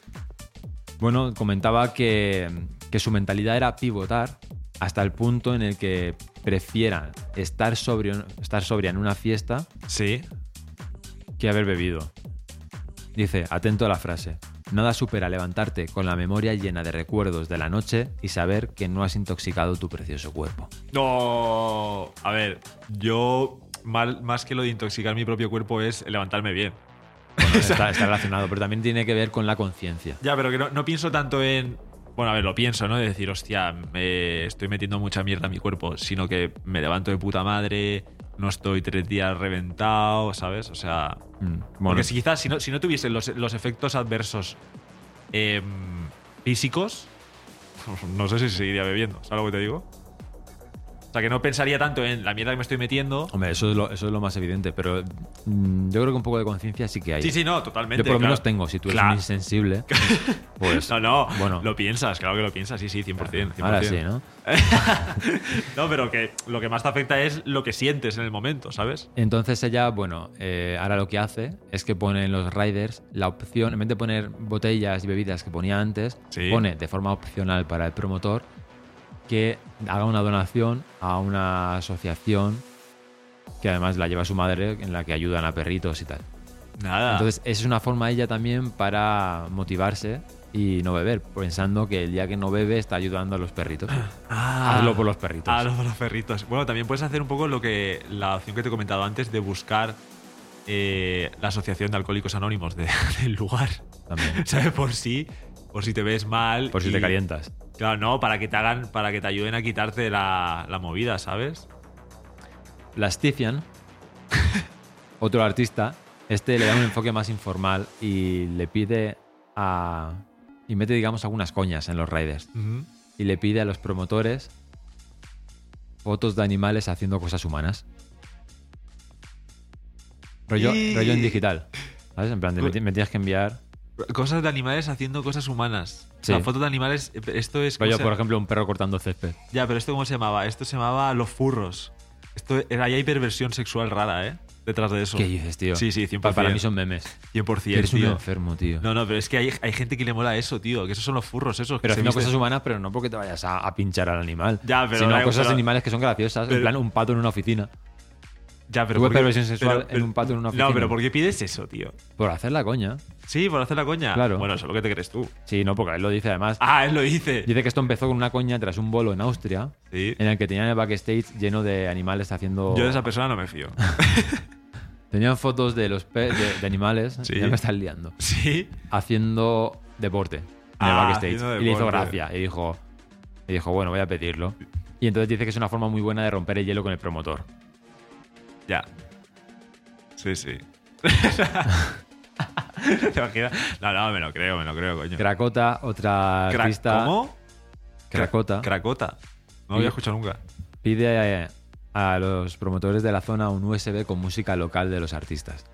[SPEAKER 2] Bueno, comentaba que, que su mentalidad era pivotar hasta el punto en el que prefieran estar, sobrio, estar sobria en una fiesta
[SPEAKER 1] Sí.
[SPEAKER 2] que haber bebido. Dice, atento a la frase, nada supera levantarte con la memoria llena de recuerdos de la noche y saber que no has intoxicado tu precioso cuerpo.
[SPEAKER 1] No. A ver, yo mal- más que lo de intoxicar mi propio cuerpo es levantarme bien.
[SPEAKER 2] Bueno, está, está relacionado, pero también tiene que ver con la conciencia.
[SPEAKER 1] Ya, pero que no, no pienso tanto en. Bueno, a ver, lo pienso, ¿no? De decir, hostia, me estoy metiendo mucha mierda a mi cuerpo, sino que me levanto de puta madre, no estoy tres días reventado, ¿sabes? O sea.
[SPEAKER 2] Mm, Bueno,
[SPEAKER 1] Porque si quizás si no, si no tuviesen los, los efectos adversos em, físicos, <laughs> no sé si seguiría bebiendo, ¿sabes lo que te digo? O sea, que no pensaría tanto en la mierda que me estoy metiendo.
[SPEAKER 2] hombre, eso es, lo, eso es lo más evidente, pero mm, yo creo que un poco de conciencia sí que hay.
[SPEAKER 1] Sí, sí, no,
[SPEAKER 2] yo
[SPEAKER 1] totalmente.
[SPEAKER 2] por lo menos
[SPEAKER 1] claro.
[SPEAKER 2] tengo, si tú eres
[SPEAKER 1] Claro.
[SPEAKER 2] un <laughs> insensible, pues
[SPEAKER 1] No, <laughs> no,
[SPEAKER 2] Bueno.
[SPEAKER 1] lo piensas, claro que lo piensas, sí, sí, 100%. 100%.
[SPEAKER 2] ahora sí, ¿no?
[SPEAKER 1] No, pero que lo que más te afecta es lo que sientes en el momento, ¿sabes?
[SPEAKER 2] Entonces ella, bueno, eh, ahora lo que hace es que pone en los riders la opción, en vez de poner botellas y bebidas que ponía antes,
[SPEAKER 1] Sí.
[SPEAKER 2] pone de forma opcional para el promotor que haga una donación a una asociación que además la lleva su madre, en la que ayudan a perritos y tal.
[SPEAKER 1] Nada.
[SPEAKER 2] Entonces esa es una forma ella también para motivarse y no beber, pensando que el día que no bebe está ayudando a los perritos.
[SPEAKER 1] Ah,
[SPEAKER 2] hazlo por los perritos.
[SPEAKER 1] Hazlo por los perritos. Bueno, también puedes hacer un poco lo que la opción que te he comentado antes de buscar eh, la Asociación de Alcohólicos Anónimos de- <laughs> del lugar.
[SPEAKER 2] También,
[SPEAKER 1] ¿Sabes? Por si, por si te ves mal.
[SPEAKER 2] por si
[SPEAKER 1] y-
[SPEAKER 2] te calientas.
[SPEAKER 1] Claro, no, para que te hagan, para que te ayuden a quitarte la, la movida, ¿sabes?
[SPEAKER 2] Lastifian, <laughs> otro artista, este le da un enfoque más informal y le pide a. y mete, digamos, algunas coñas en los raiders.
[SPEAKER 1] Ujú.
[SPEAKER 2] Y le pide a los promotores fotos de animales haciendo cosas humanas. Rollo,
[SPEAKER 1] Y- Pues
[SPEAKER 2] rollo en digital. ¿Sabes? En plan, de, me, ti- me tienes que enviar.
[SPEAKER 1] Cosas de animales haciendo cosas humanas.
[SPEAKER 2] Sí.
[SPEAKER 1] La foto de animales, eh, esto es. ¿cómo
[SPEAKER 2] Rollo,
[SPEAKER 1] se-
[SPEAKER 2] por ejemplo, un perro cortando césped.
[SPEAKER 1] Ya, pero esto cómo se llamaba? Esto se llamaba los furros. Esto era ahí hay perversión sexual rara, ¿eh? Detrás de eso.
[SPEAKER 2] ¿Qué dices, tío?
[SPEAKER 1] Sí, sí, 100%.
[SPEAKER 2] Pa- Para mí son memes.
[SPEAKER 1] 100%,
[SPEAKER 2] Eres un
[SPEAKER 1] tío.
[SPEAKER 2] enfermo, tío.
[SPEAKER 1] No, no, pero es que hay, hay gente que le mola eso, tío. Que esos son los furros, esos.
[SPEAKER 2] Pero
[SPEAKER 1] que se
[SPEAKER 2] haciendo
[SPEAKER 1] visten-
[SPEAKER 2] cosas humanas, pero no porque te vayas a, a pinchar al animal.
[SPEAKER 1] Ya, pero
[SPEAKER 2] sino
[SPEAKER 1] no hay-
[SPEAKER 2] cosas
[SPEAKER 1] pero-
[SPEAKER 2] animales que son graciosas. en
[SPEAKER 1] pero-
[SPEAKER 2] plan, un pato en una oficina.
[SPEAKER 1] Ya, pero.
[SPEAKER 2] Tuve
[SPEAKER 1] ¿por qué-
[SPEAKER 2] perversión sexual
[SPEAKER 1] pero-
[SPEAKER 2] en un pato en una oficina.
[SPEAKER 1] No, pero ¿por qué pides eso, tío?
[SPEAKER 2] Por hacer la coña.
[SPEAKER 1] Sí, por hacer la coña.
[SPEAKER 2] Claro.
[SPEAKER 1] Bueno, eso es lo que te crees tú.
[SPEAKER 2] Sí, no, porque él lo dice además.
[SPEAKER 1] Ah, él lo dice.
[SPEAKER 2] Dice que esto empezó con una coña tras un bolo en Austria,
[SPEAKER 1] Sí.
[SPEAKER 2] en el que tenían el backstage lleno de animales haciendo.
[SPEAKER 1] Yo de esa persona no me
[SPEAKER 2] <laughs>
[SPEAKER 1] fío.
[SPEAKER 2] Tenían fotos de los pe- de, de animales.
[SPEAKER 1] <laughs> Sí.
[SPEAKER 2] Ya me estás liando.
[SPEAKER 1] sí.
[SPEAKER 2] Haciendo deporte en el
[SPEAKER 1] Ah,
[SPEAKER 2] backstage.
[SPEAKER 1] haciendo
[SPEAKER 2] Y le hizo
[SPEAKER 1] deporte.
[SPEAKER 2] gracia. Y dijo. Y dijo, bueno, voy a pedirlo. Y entonces dice que es una forma muy buena de romper el hielo con el promotor.
[SPEAKER 1] Ya. Sí,
[SPEAKER 2] <laughs>
[SPEAKER 1] sí. <laughs> ¿Te imaginas? No, no, me lo creo, me lo creo, coño.
[SPEAKER 2] Cracota, otra
[SPEAKER 1] Cra-
[SPEAKER 2] artista.
[SPEAKER 1] ¿Cómo?
[SPEAKER 2] Cracota.
[SPEAKER 1] Cracota. No lo
[SPEAKER 2] Y-
[SPEAKER 1] había escuchado nunca.
[SPEAKER 2] Pide eh, a, los promotores de la zona un USB con música local de los artistas.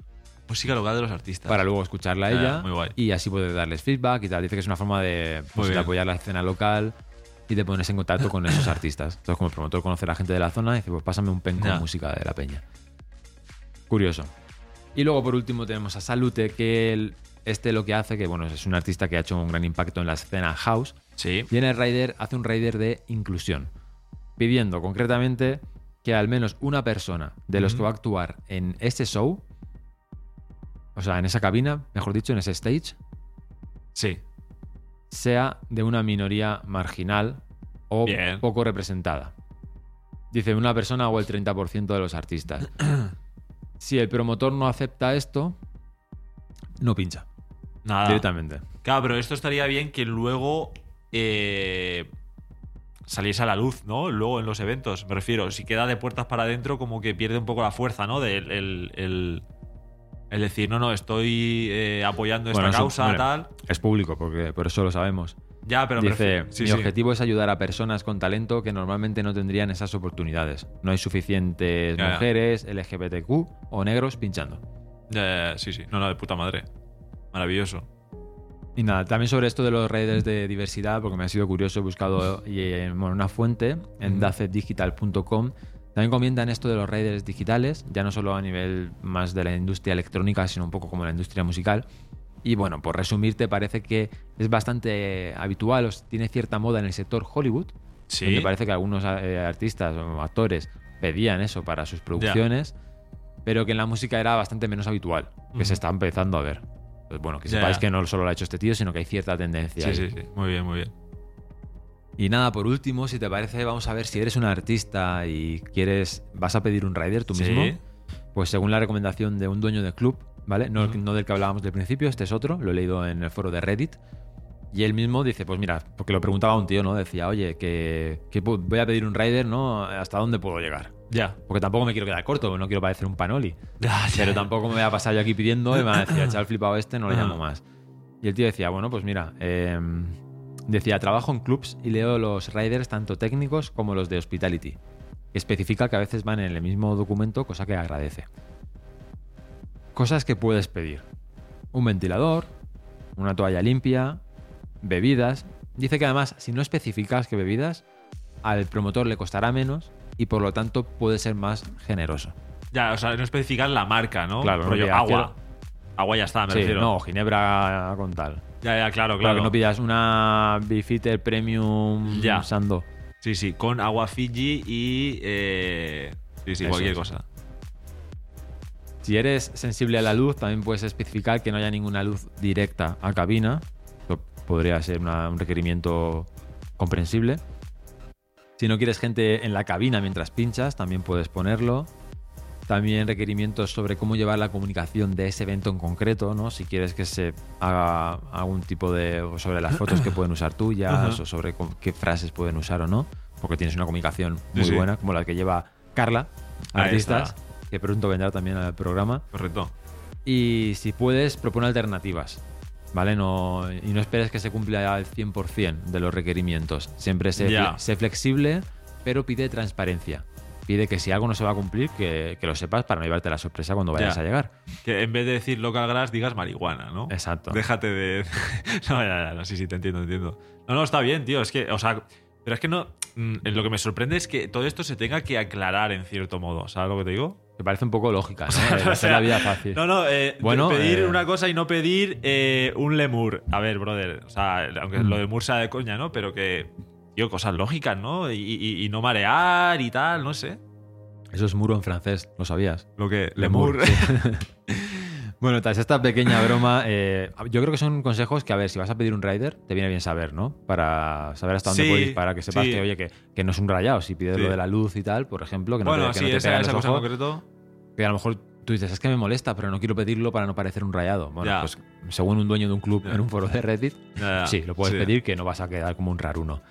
[SPEAKER 1] Música local de los artistas.
[SPEAKER 2] Para luego escucharla a
[SPEAKER 1] Ya,
[SPEAKER 2] ella.
[SPEAKER 1] Ah, muy guay.
[SPEAKER 2] Y así puedes darles feedback y tal. Dice que es una forma de, pues, de
[SPEAKER 1] bien.
[SPEAKER 2] apoyar la escena local y te pones en contacto
[SPEAKER 1] <coughs>
[SPEAKER 2] con esos artistas. Entonces, como el promotor conoce a la gente de la zona, dice, pues pásame un pen con
[SPEAKER 1] Ya.
[SPEAKER 2] música de la peña. Curioso. Y luego, por último, tenemos a Salute, que él- este lo que hace, que bueno, es un artista que ha hecho un gran impacto en la escena house,
[SPEAKER 1] Sí.
[SPEAKER 2] viene el Raider, hace un Raider de inclusión, pidiendo concretamente que al menos una persona de los que
[SPEAKER 1] Ujú.
[SPEAKER 2] va a actuar en ese show, o sea, en esa cabina, mejor dicho, en ese stage,
[SPEAKER 1] Sí.
[SPEAKER 2] sea de una minoría marginal o
[SPEAKER 1] Bien.
[SPEAKER 2] poco representada. Dice una persona o el 30% de
[SPEAKER 1] <clears throat>
[SPEAKER 2] los artistas. si el promotor no acepta esto, no pincha
[SPEAKER 1] Nada.
[SPEAKER 2] directamente.
[SPEAKER 1] Claro, pero esto estaría bien que luego eh, saliese a la luz, ¿no? Luego en los eventos, me refiero. Si queda de puertas para adentro, como que pierde un poco la fuerza, ¿no? Del el, el- el decir, no, no, estoy eh, apoyando esta
[SPEAKER 2] Bueno, eso-
[SPEAKER 1] causa,
[SPEAKER 2] hombre.
[SPEAKER 1] tal.
[SPEAKER 2] Es público, porque por eso lo sabemos.
[SPEAKER 1] Ya, pero me
[SPEAKER 2] Dice,
[SPEAKER 1] refiero- sí,
[SPEAKER 2] mi
[SPEAKER 1] sí.
[SPEAKER 2] objetivo es ayudar a personas con talento que normalmente no tendrían esas oportunidades. No hay suficientes
[SPEAKER 1] Ya, ya.
[SPEAKER 2] mujeres, LGBTQ o negros pinchando.
[SPEAKER 1] Ya, ya, ya, sí, sí. No, no, de puta madre. Maravilloso.
[SPEAKER 2] Y nada, también sobre esto de los redes de diversidad, porque me ha sido curioso, he buscado y, eh, bueno, una fuente en
[SPEAKER 1] Ujú.
[SPEAKER 2] dacedigital.com. También comentan esto de los redes digitales, ya no solo a nivel más de la industria electrónica, sino un poco como la industria musical. Y bueno, por resumirte, parece que es bastante habitual, o tiene cierta moda en el sector Hollywood,
[SPEAKER 1] Sí.
[SPEAKER 2] donde parece que algunos eh, artistas o actores pedían eso para sus producciones, pero que en la música era bastante menos habitual, que
[SPEAKER 1] Ujú.
[SPEAKER 2] se está empezando a ver. Pues bueno, que
[SPEAKER 1] Ya,
[SPEAKER 2] sepáis
[SPEAKER 1] ya.
[SPEAKER 2] que no solo lo ha hecho este tío, sino que hay cierta tendencia.
[SPEAKER 1] Sí,
[SPEAKER 2] ahí.
[SPEAKER 1] sí, sí. Muy bien, muy bien.
[SPEAKER 2] Y nada, por último, si te parece, vamos a ver si eres un artista y quieres, vas a pedir un rider tú
[SPEAKER 1] Sí.
[SPEAKER 2] mismo. Pues según la recomendación de un dueño de club, ¿vale? No,
[SPEAKER 1] Ujú.
[SPEAKER 2] no del que hablábamos del principio, este es otro, lo he leído en el foro de Reddit. Y él mismo dice, pues mira, porque lo preguntaba a un tío, ¿no? Decía, oye, que, que pu- voy a pedir un rider, ¿no? ¿Hasta dónde puedo llegar?
[SPEAKER 1] Ya.
[SPEAKER 2] Porque tampoco me quiero quedar corto, no quiero parecer un panoli.
[SPEAKER 1] Ya, ya.
[SPEAKER 2] Pero tampoco me voy a pasar yo aquí pidiendo y me va a decir, chaval flipado este, no le
[SPEAKER 1] Ajá.
[SPEAKER 2] llamo más. Y el tío decía, bueno, pues mira, eh, decía, trabajo en clubs y leo los riders tanto técnicos como los de hospitality. Especifica que a veces van en el mismo documento, cosa que agradece. Cosas que puedes pedir. Un ventilador, una toalla limpia, bebidas. Dice que además, si no especificas que bebidas, al promotor le costará menos y por lo tanto puede ser más generoso.
[SPEAKER 1] Ya, o sea, no especificar la marca, ¿no?
[SPEAKER 2] Claro, no
[SPEAKER 1] Rollo,
[SPEAKER 2] digas,
[SPEAKER 1] agua. Agua ya está, Ah, me
[SPEAKER 2] Sí,
[SPEAKER 1] refiero.
[SPEAKER 2] no, Ginebra con tal.
[SPEAKER 1] Ya, ya, claro,
[SPEAKER 2] Claro,
[SPEAKER 1] claro.
[SPEAKER 2] que no pidas una Bifitter Premium
[SPEAKER 1] Ya.
[SPEAKER 2] Sando.
[SPEAKER 1] Sí, sí, con agua Fiji y. eh, sí, sí,
[SPEAKER 2] Eso
[SPEAKER 1] cualquier
[SPEAKER 2] es.
[SPEAKER 1] cosa.
[SPEAKER 2] Si eres sensible a la luz, también puedes especificar que no haya ninguna luz directa a cabina. Esto podría ser una- un requerimiento comprensible. Si no quieres gente en la cabina mientras pinchas, también puedes ponerlo. También requerimientos sobre cómo llevar la comunicación de ese evento en concreto, ¿no? Si quieres que se haga algún tipo de. o sobre las fotos que pueden usar tuyas,
[SPEAKER 1] Ajá.
[SPEAKER 2] o sobre cómo- qué frases pueden usar o no, porque tienes una comunicación
[SPEAKER 1] Sí,
[SPEAKER 2] muy
[SPEAKER 1] sí.
[SPEAKER 2] buena, como la que lleva Carla,
[SPEAKER 1] Ahí
[SPEAKER 2] artistas,
[SPEAKER 1] está.
[SPEAKER 2] que pronto vendrá también al programa.
[SPEAKER 1] Correcto.
[SPEAKER 2] Y si puedes, propone alternativas. ¿Vale? No, y no esperes que se cumpla el 100% de los requerimientos. Siempre sé,
[SPEAKER 1] Ya.
[SPEAKER 2] sé flexible, pero pide transparencia. Pide que si algo no se va a cumplir, que, que lo sepas para no llevarte la sorpresa cuando vayas
[SPEAKER 1] Ya.
[SPEAKER 2] a llegar.
[SPEAKER 1] Que en vez de decir local grass, digas marihuana, ¿no?
[SPEAKER 2] Exacto.
[SPEAKER 1] Déjate de. <laughs> no, ya, ya, no, sí, sí, te entiendo, te entiendo. No, no, está bien, tío. Es que, o sea. Pero es que no. mm, Lo que me sorprende es que todo esto se tenga que aclarar en cierto modo. ¿Sabes lo que te digo?
[SPEAKER 2] Me parece un poco lógica, ¿no?
[SPEAKER 1] <laughs>
[SPEAKER 2] El
[SPEAKER 1] O
[SPEAKER 2] hacer
[SPEAKER 1] sea,
[SPEAKER 2] la vida fácil.
[SPEAKER 1] No, no, eh,
[SPEAKER 2] Bueno,
[SPEAKER 1] pedir
[SPEAKER 2] eh,
[SPEAKER 1] una cosa y no pedir eh, un lemur. A ver, brother, o sea, aunque
[SPEAKER 2] Mm.
[SPEAKER 1] lo de Mur sea de coña, ¿no? Pero que, tío, cosas lógicas, ¿no? Y, y- y no marear y tal, no sé.
[SPEAKER 2] Eso es muro en francés, ¿lo sabías?
[SPEAKER 1] Lo que,
[SPEAKER 2] Lemur,
[SPEAKER 1] lemur.
[SPEAKER 2] <laughs> Bueno, tras esta pequeña broma, eh, yo creo que son consejos que, a ver, si vas a pedir un rider, te viene bien saber, ¿no? Para saber hasta dónde
[SPEAKER 1] Sí,
[SPEAKER 2] puedes ir, para que sepas
[SPEAKER 1] sí.
[SPEAKER 2] que, oye, que, que no es un rayado. Si pides
[SPEAKER 1] Sí.
[SPEAKER 2] lo de la luz y tal, por ejemplo, que no
[SPEAKER 1] bueno,
[SPEAKER 2] te, que
[SPEAKER 1] sí,
[SPEAKER 2] no te
[SPEAKER 1] esa,
[SPEAKER 2] pega en
[SPEAKER 1] esa
[SPEAKER 2] los
[SPEAKER 1] cosa en
[SPEAKER 2] ojos,
[SPEAKER 1] concreto.
[SPEAKER 2] que a lo mejor tú dices, es que me molesta, pero no quiero pedirlo para no parecer un rayado. Bueno,
[SPEAKER 1] Ya.
[SPEAKER 2] pues según un dueño de un club
[SPEAKER 1] Ya.
[SPEAKER 2] en un foro de Reddit,
[SPEAKER 1] Ya, ya.
[SPEAKER 2] sí, lo puedes
[SPEAKER 1] Sí.
[SPEAKER 2] pedir que no vas a quedar como un raruno.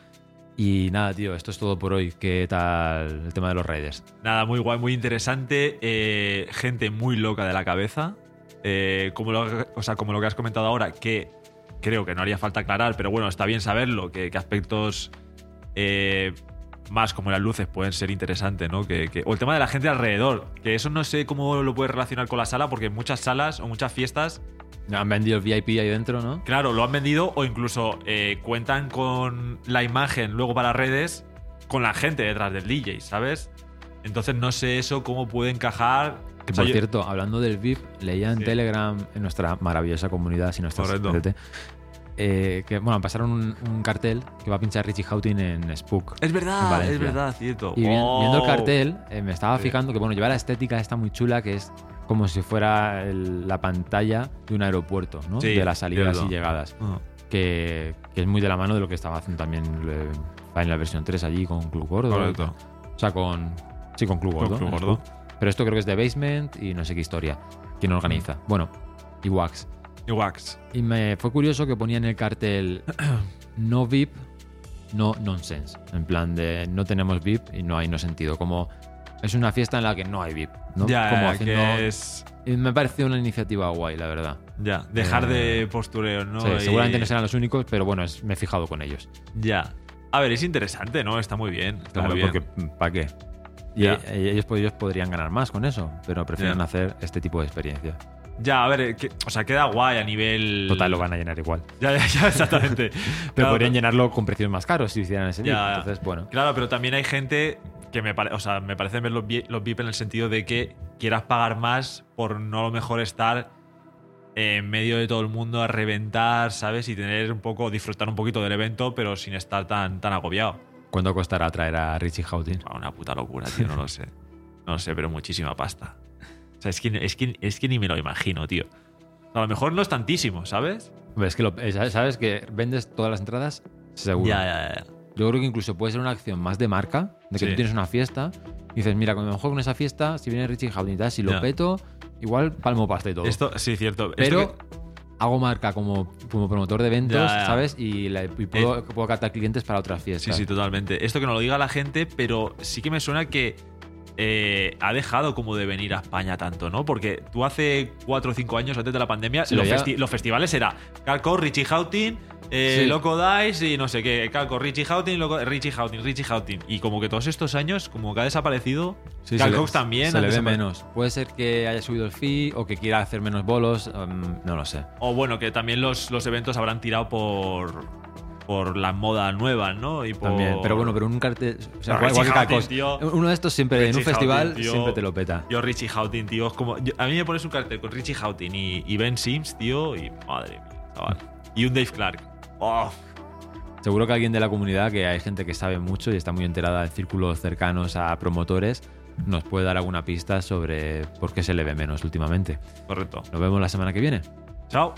[SPEAKER 2] Y nada, tío, esto es todo por hoy. ¿Qué tal el tema de los Raiders?
[SPEAKER 1] Nada, muy guay, muy interesante. eh, gente muy loca de la cabeza. Eh, como, lo, o sea, como lo que has comentado ahora, que creo que no haría falta aclarar, pero bueno, está bien saberlo, que, que aspectos eh, más como las luces pueden ser interesantes, ¿no? Que, que- o el tema de la gente alrededor, que eso no sé cómo lo puedes relacionar con la sala, porque en muchas salas o muchas fiestas
[SPEAKER 2] Han vendido el VIP ahí dentro, ¿no?
[SPEAKER 1] Claro, lo han vendido o incluso eh, cuentan con la imagen luego para redes con la gente detrás del DJ, ¿sabes? Entonces no sé eso cómo puede encajar.
[SPEAKER 2] Que
[SPEAKER 1] O sea,
[SPEAKER 2] por
[SPEAKER 1] yo-
[SPEAKER 2] cierto, hablando del VIP, leía en
[SPEAKER 1] Sí.
[SPEAKER 2] Telegram, en nuestra maravillosa comunidad, si no estás
[SPEAKER 1] Correcto.
[SPEAKER 2] métete, eh, que bueno, pasaron un, un cartel que va a pinchar Richie Houghton en Spook.
[SPEAKER 1] es
[SPEAKER 2] en
[SPEAKER 1] verdad,
[SPEAKER 2] Valencia.
[SPEAKER 1] es verdad, cierto.
[SPEAKER 2] Y vi-
[SPEAKER 1] Oh.
[SPEAKER 2] viendo el cartel, eh, me estaba
[SPEAKER 1] Sí.
[SPEAKER 2] fijando que, bueno, lleva la estética esta muy chula, que es como si fuera el- la pantalla de un aeropuerto, ¿no?
[SPEAKER 1] Sí,
[SPEAKER 2] de las salidas
[SPEAKER 1] cierto.
[SPEAKER 2] y llegadas.
[SPEAKER 1] Ah,
[SPEAKER 2] Que, que es muy de la mano de lo que estaba haciendo también eh, en la versión 3 allí con Club Gordo.
[SPEAKER 1] correcto.
[SPEAKER 2] O sea, con. Sí, con Club
[SPEAKER 1] Con
[SPEAKER 2] Gordo.
[SPEAKER 1] Club
[SPEAKER 2] en
[SPEAKER 1] Gordo.
[SPEAKER 2] Spook. Pero esto creo que es de Basement y no sé qué historia. ¿Quién organiza?
[SPEAKER 1] Mm.
[SPEAKER 2] Bueno, y Wax.
[SPEAKER 1] Y Wax.
[SPEAKER 2] Y me fue curioso que ponía en el cartel <clears throat> no VIP, no nonsense. En plan de no tenemos VIP y no hay no sentido. Como es una fiesta en la que no hay VIP. ¿no?
[SPEAKER 1] Ya,
[SPEAKER 2] Como
[SPEAKER 1] eh,
[SPEAKER 2] haciendo-
[SPEAKER 1] que es.
[SPEAKER 2] y Me pareció una iniciativa guay, la verdad.
[SPEAKER 1] Ya, dejar
[SPEAKER 2] Eh,
[SPEAKER 1] de postureo, ¿no?
[SPEAKER 2] Sí,
[SPEAKER 1] Y-
[SPEAKER 2] Seguramente no serán los únicos, pero bueno, es- me he fijado con ellos.
[SPEAKER 1] Ya. A ver, es interesante, ¿no? Está muy bien. Está
[SPEAKER 2] Claro,
[SPEAKER 1] muy bien.
[SPEAKER 2] porque ¿para qué? Y
[SPEAKER 1] Ya.
[SPEAKER 2] eh, ellos, pod- ellos podrían ganar más con eso, pero prefieren
[SPEAKER 1] Ya.
[SPEAKER 2] hacer este tipo de experiencia.
[SPEAKER 1] Ya, a ver, eh, que- o sea, queda guay a nivel.
[SPEAKER 2] Total, lo van a llenar igual.
[SPEAKER 1] <laughs> Ya, ya, ya,
[SPEAKER 2] <laughs>
[SPEAKER 1] exactamente.
[SPEAKER 2] Pero
[SPEAKER 1] Claro,
[SPEAKER 2] podrían llenarlo con precios más caros si hicieran ese
[SPEAKER 1] Ya,
[SPEAKER 2] día.
[SPEAKER 1] ya.
[SPEAKER 2] Entonces, bueno.
[SPEAKER 1] Claro, pero también hay gente que me, pare- o sea, me parece ver los, vi- los VIP en el sentido de que quieras pagar más por no a lo mejor estar en medio de todo el mundo a reventar, ¿sabes? Y tener un poco, disfrutar un poquito del evento, pero sin estar tan, tan agobiado.
[SPEAKER 2] ¿Cuánto costará traer a Richie Houghton?
[SPEAKER 1] Ah, Una puta locura, tío, no lo sé. No lo sé, pero muchísima pasta. O sea, es que, es que, es que ni me lo imagino, tío. A lo mejor no es tantísimo, ¿sabes?
[SPEAKER 2] Hombre, Es que lo- eh, sabes- sabes que vendes todas las entradas seguro.
[SPEAKER 1] Ya, ya, ya.
[SPEAKER 2] Yo creo que incluso puede ser una acción más de marca, de que
[SPEAKER 1] Sí.
[SPEAKER 2] tú tienes una fiesta y dices, mira, cuando me juego con esa fiesta, si viene Richie Houghton y tal, si lo
[SPEAKER 1] Ya.
[SPEAKER 2] peto, igual palmo pasta y todo.
[SPEAKER 1] Esto, sí, cierto. Esto
[SPEAKER 2] pero
[SPEAKER 1] que-
[SPEAKER 2] hago marca como, como promotor de eventos,
[SPEAKER 1] Ya, ya.
[SPEAKER 2] ¿sabes? Y, la- y puedo, puedo captar clientes para otras fiestas.
[SPEAKER 1] Sí, sí, totalmente. Esto que no lo diga la gente, pero sí que me suena que eh, ha dejado como de venir a España tanto, ¿no? Porque tú hace 4 o 5 años, antes de la pandemia,
[SPEAKER 2] Sí,
[SPEAKER 1] los,
[SPEAKER 2] ya-
[SPEAKER 1] festi- los festivales era Calco, Richie Houghton, eh,
[SPEAKER 2] Sí.
[SPEAKER 1] Loco Dice y no sé qué. Calco, Richie Houghton, Loco- Richie Houghton, Richie Houghton. Y como que todos estos años, como que ha desaparecido.
[SPEAKER 2] Sí, se
[SPEAKER 1] Cal
[SPEAKER 2] le-
[SPEAKER 1] Cox también.
[SPEAKER 2] Se
[SPEAKER 1] ha
[SPEAKER 2] le ve
[SPEAKER 1] desapare-
[SPEAKER 2] menos. Puede ser que haya subido el fee o que quiera hacer menos bolos. mm, no lo sé.
[SPEAKER 1] O bueno, que también los, los eventos habrán tirado por, por la moda nueva, ¿no? Y por...
[SPEAKER 2] También. Pero bueno, pero un cartel. O sea,
[SPEAKER 1] Pero
[SPEAKER 2] igual, igual que
[SPEAKER 1] Richie
[SPEAKER 2] Cal Cox.
[SPEAKER 1] Houghton, tío.
[SPEAKER 2] Uno de estos siempre en un
[SPEAKER 1] Richie
[SPEAKER 2] festival
[SPEAKER 1] Houghton, tío.
[SPEAKER 2] siempre te lo peta.
[SPEAKER 1] Yo Richie Houghton, tío, es como... yo- a mí me pones un cartel con Richie Houghton y, y Ben Sims, tío, y madre mía, chaval. Y un Dave Clark. Oh,
[SPEAKER 2] Seguro que alguien de la comunidad, que hay gente que sabe mucho y está muy enterada de círculos cercanos a promotores, nos puede dar alguna pista sobre por qué se le ve menos últimamente.
[SPEAKER 1] correcto.
[SPEAKER 2] Nos vemos la semana que viene.
[SPEAKER 1] Chao.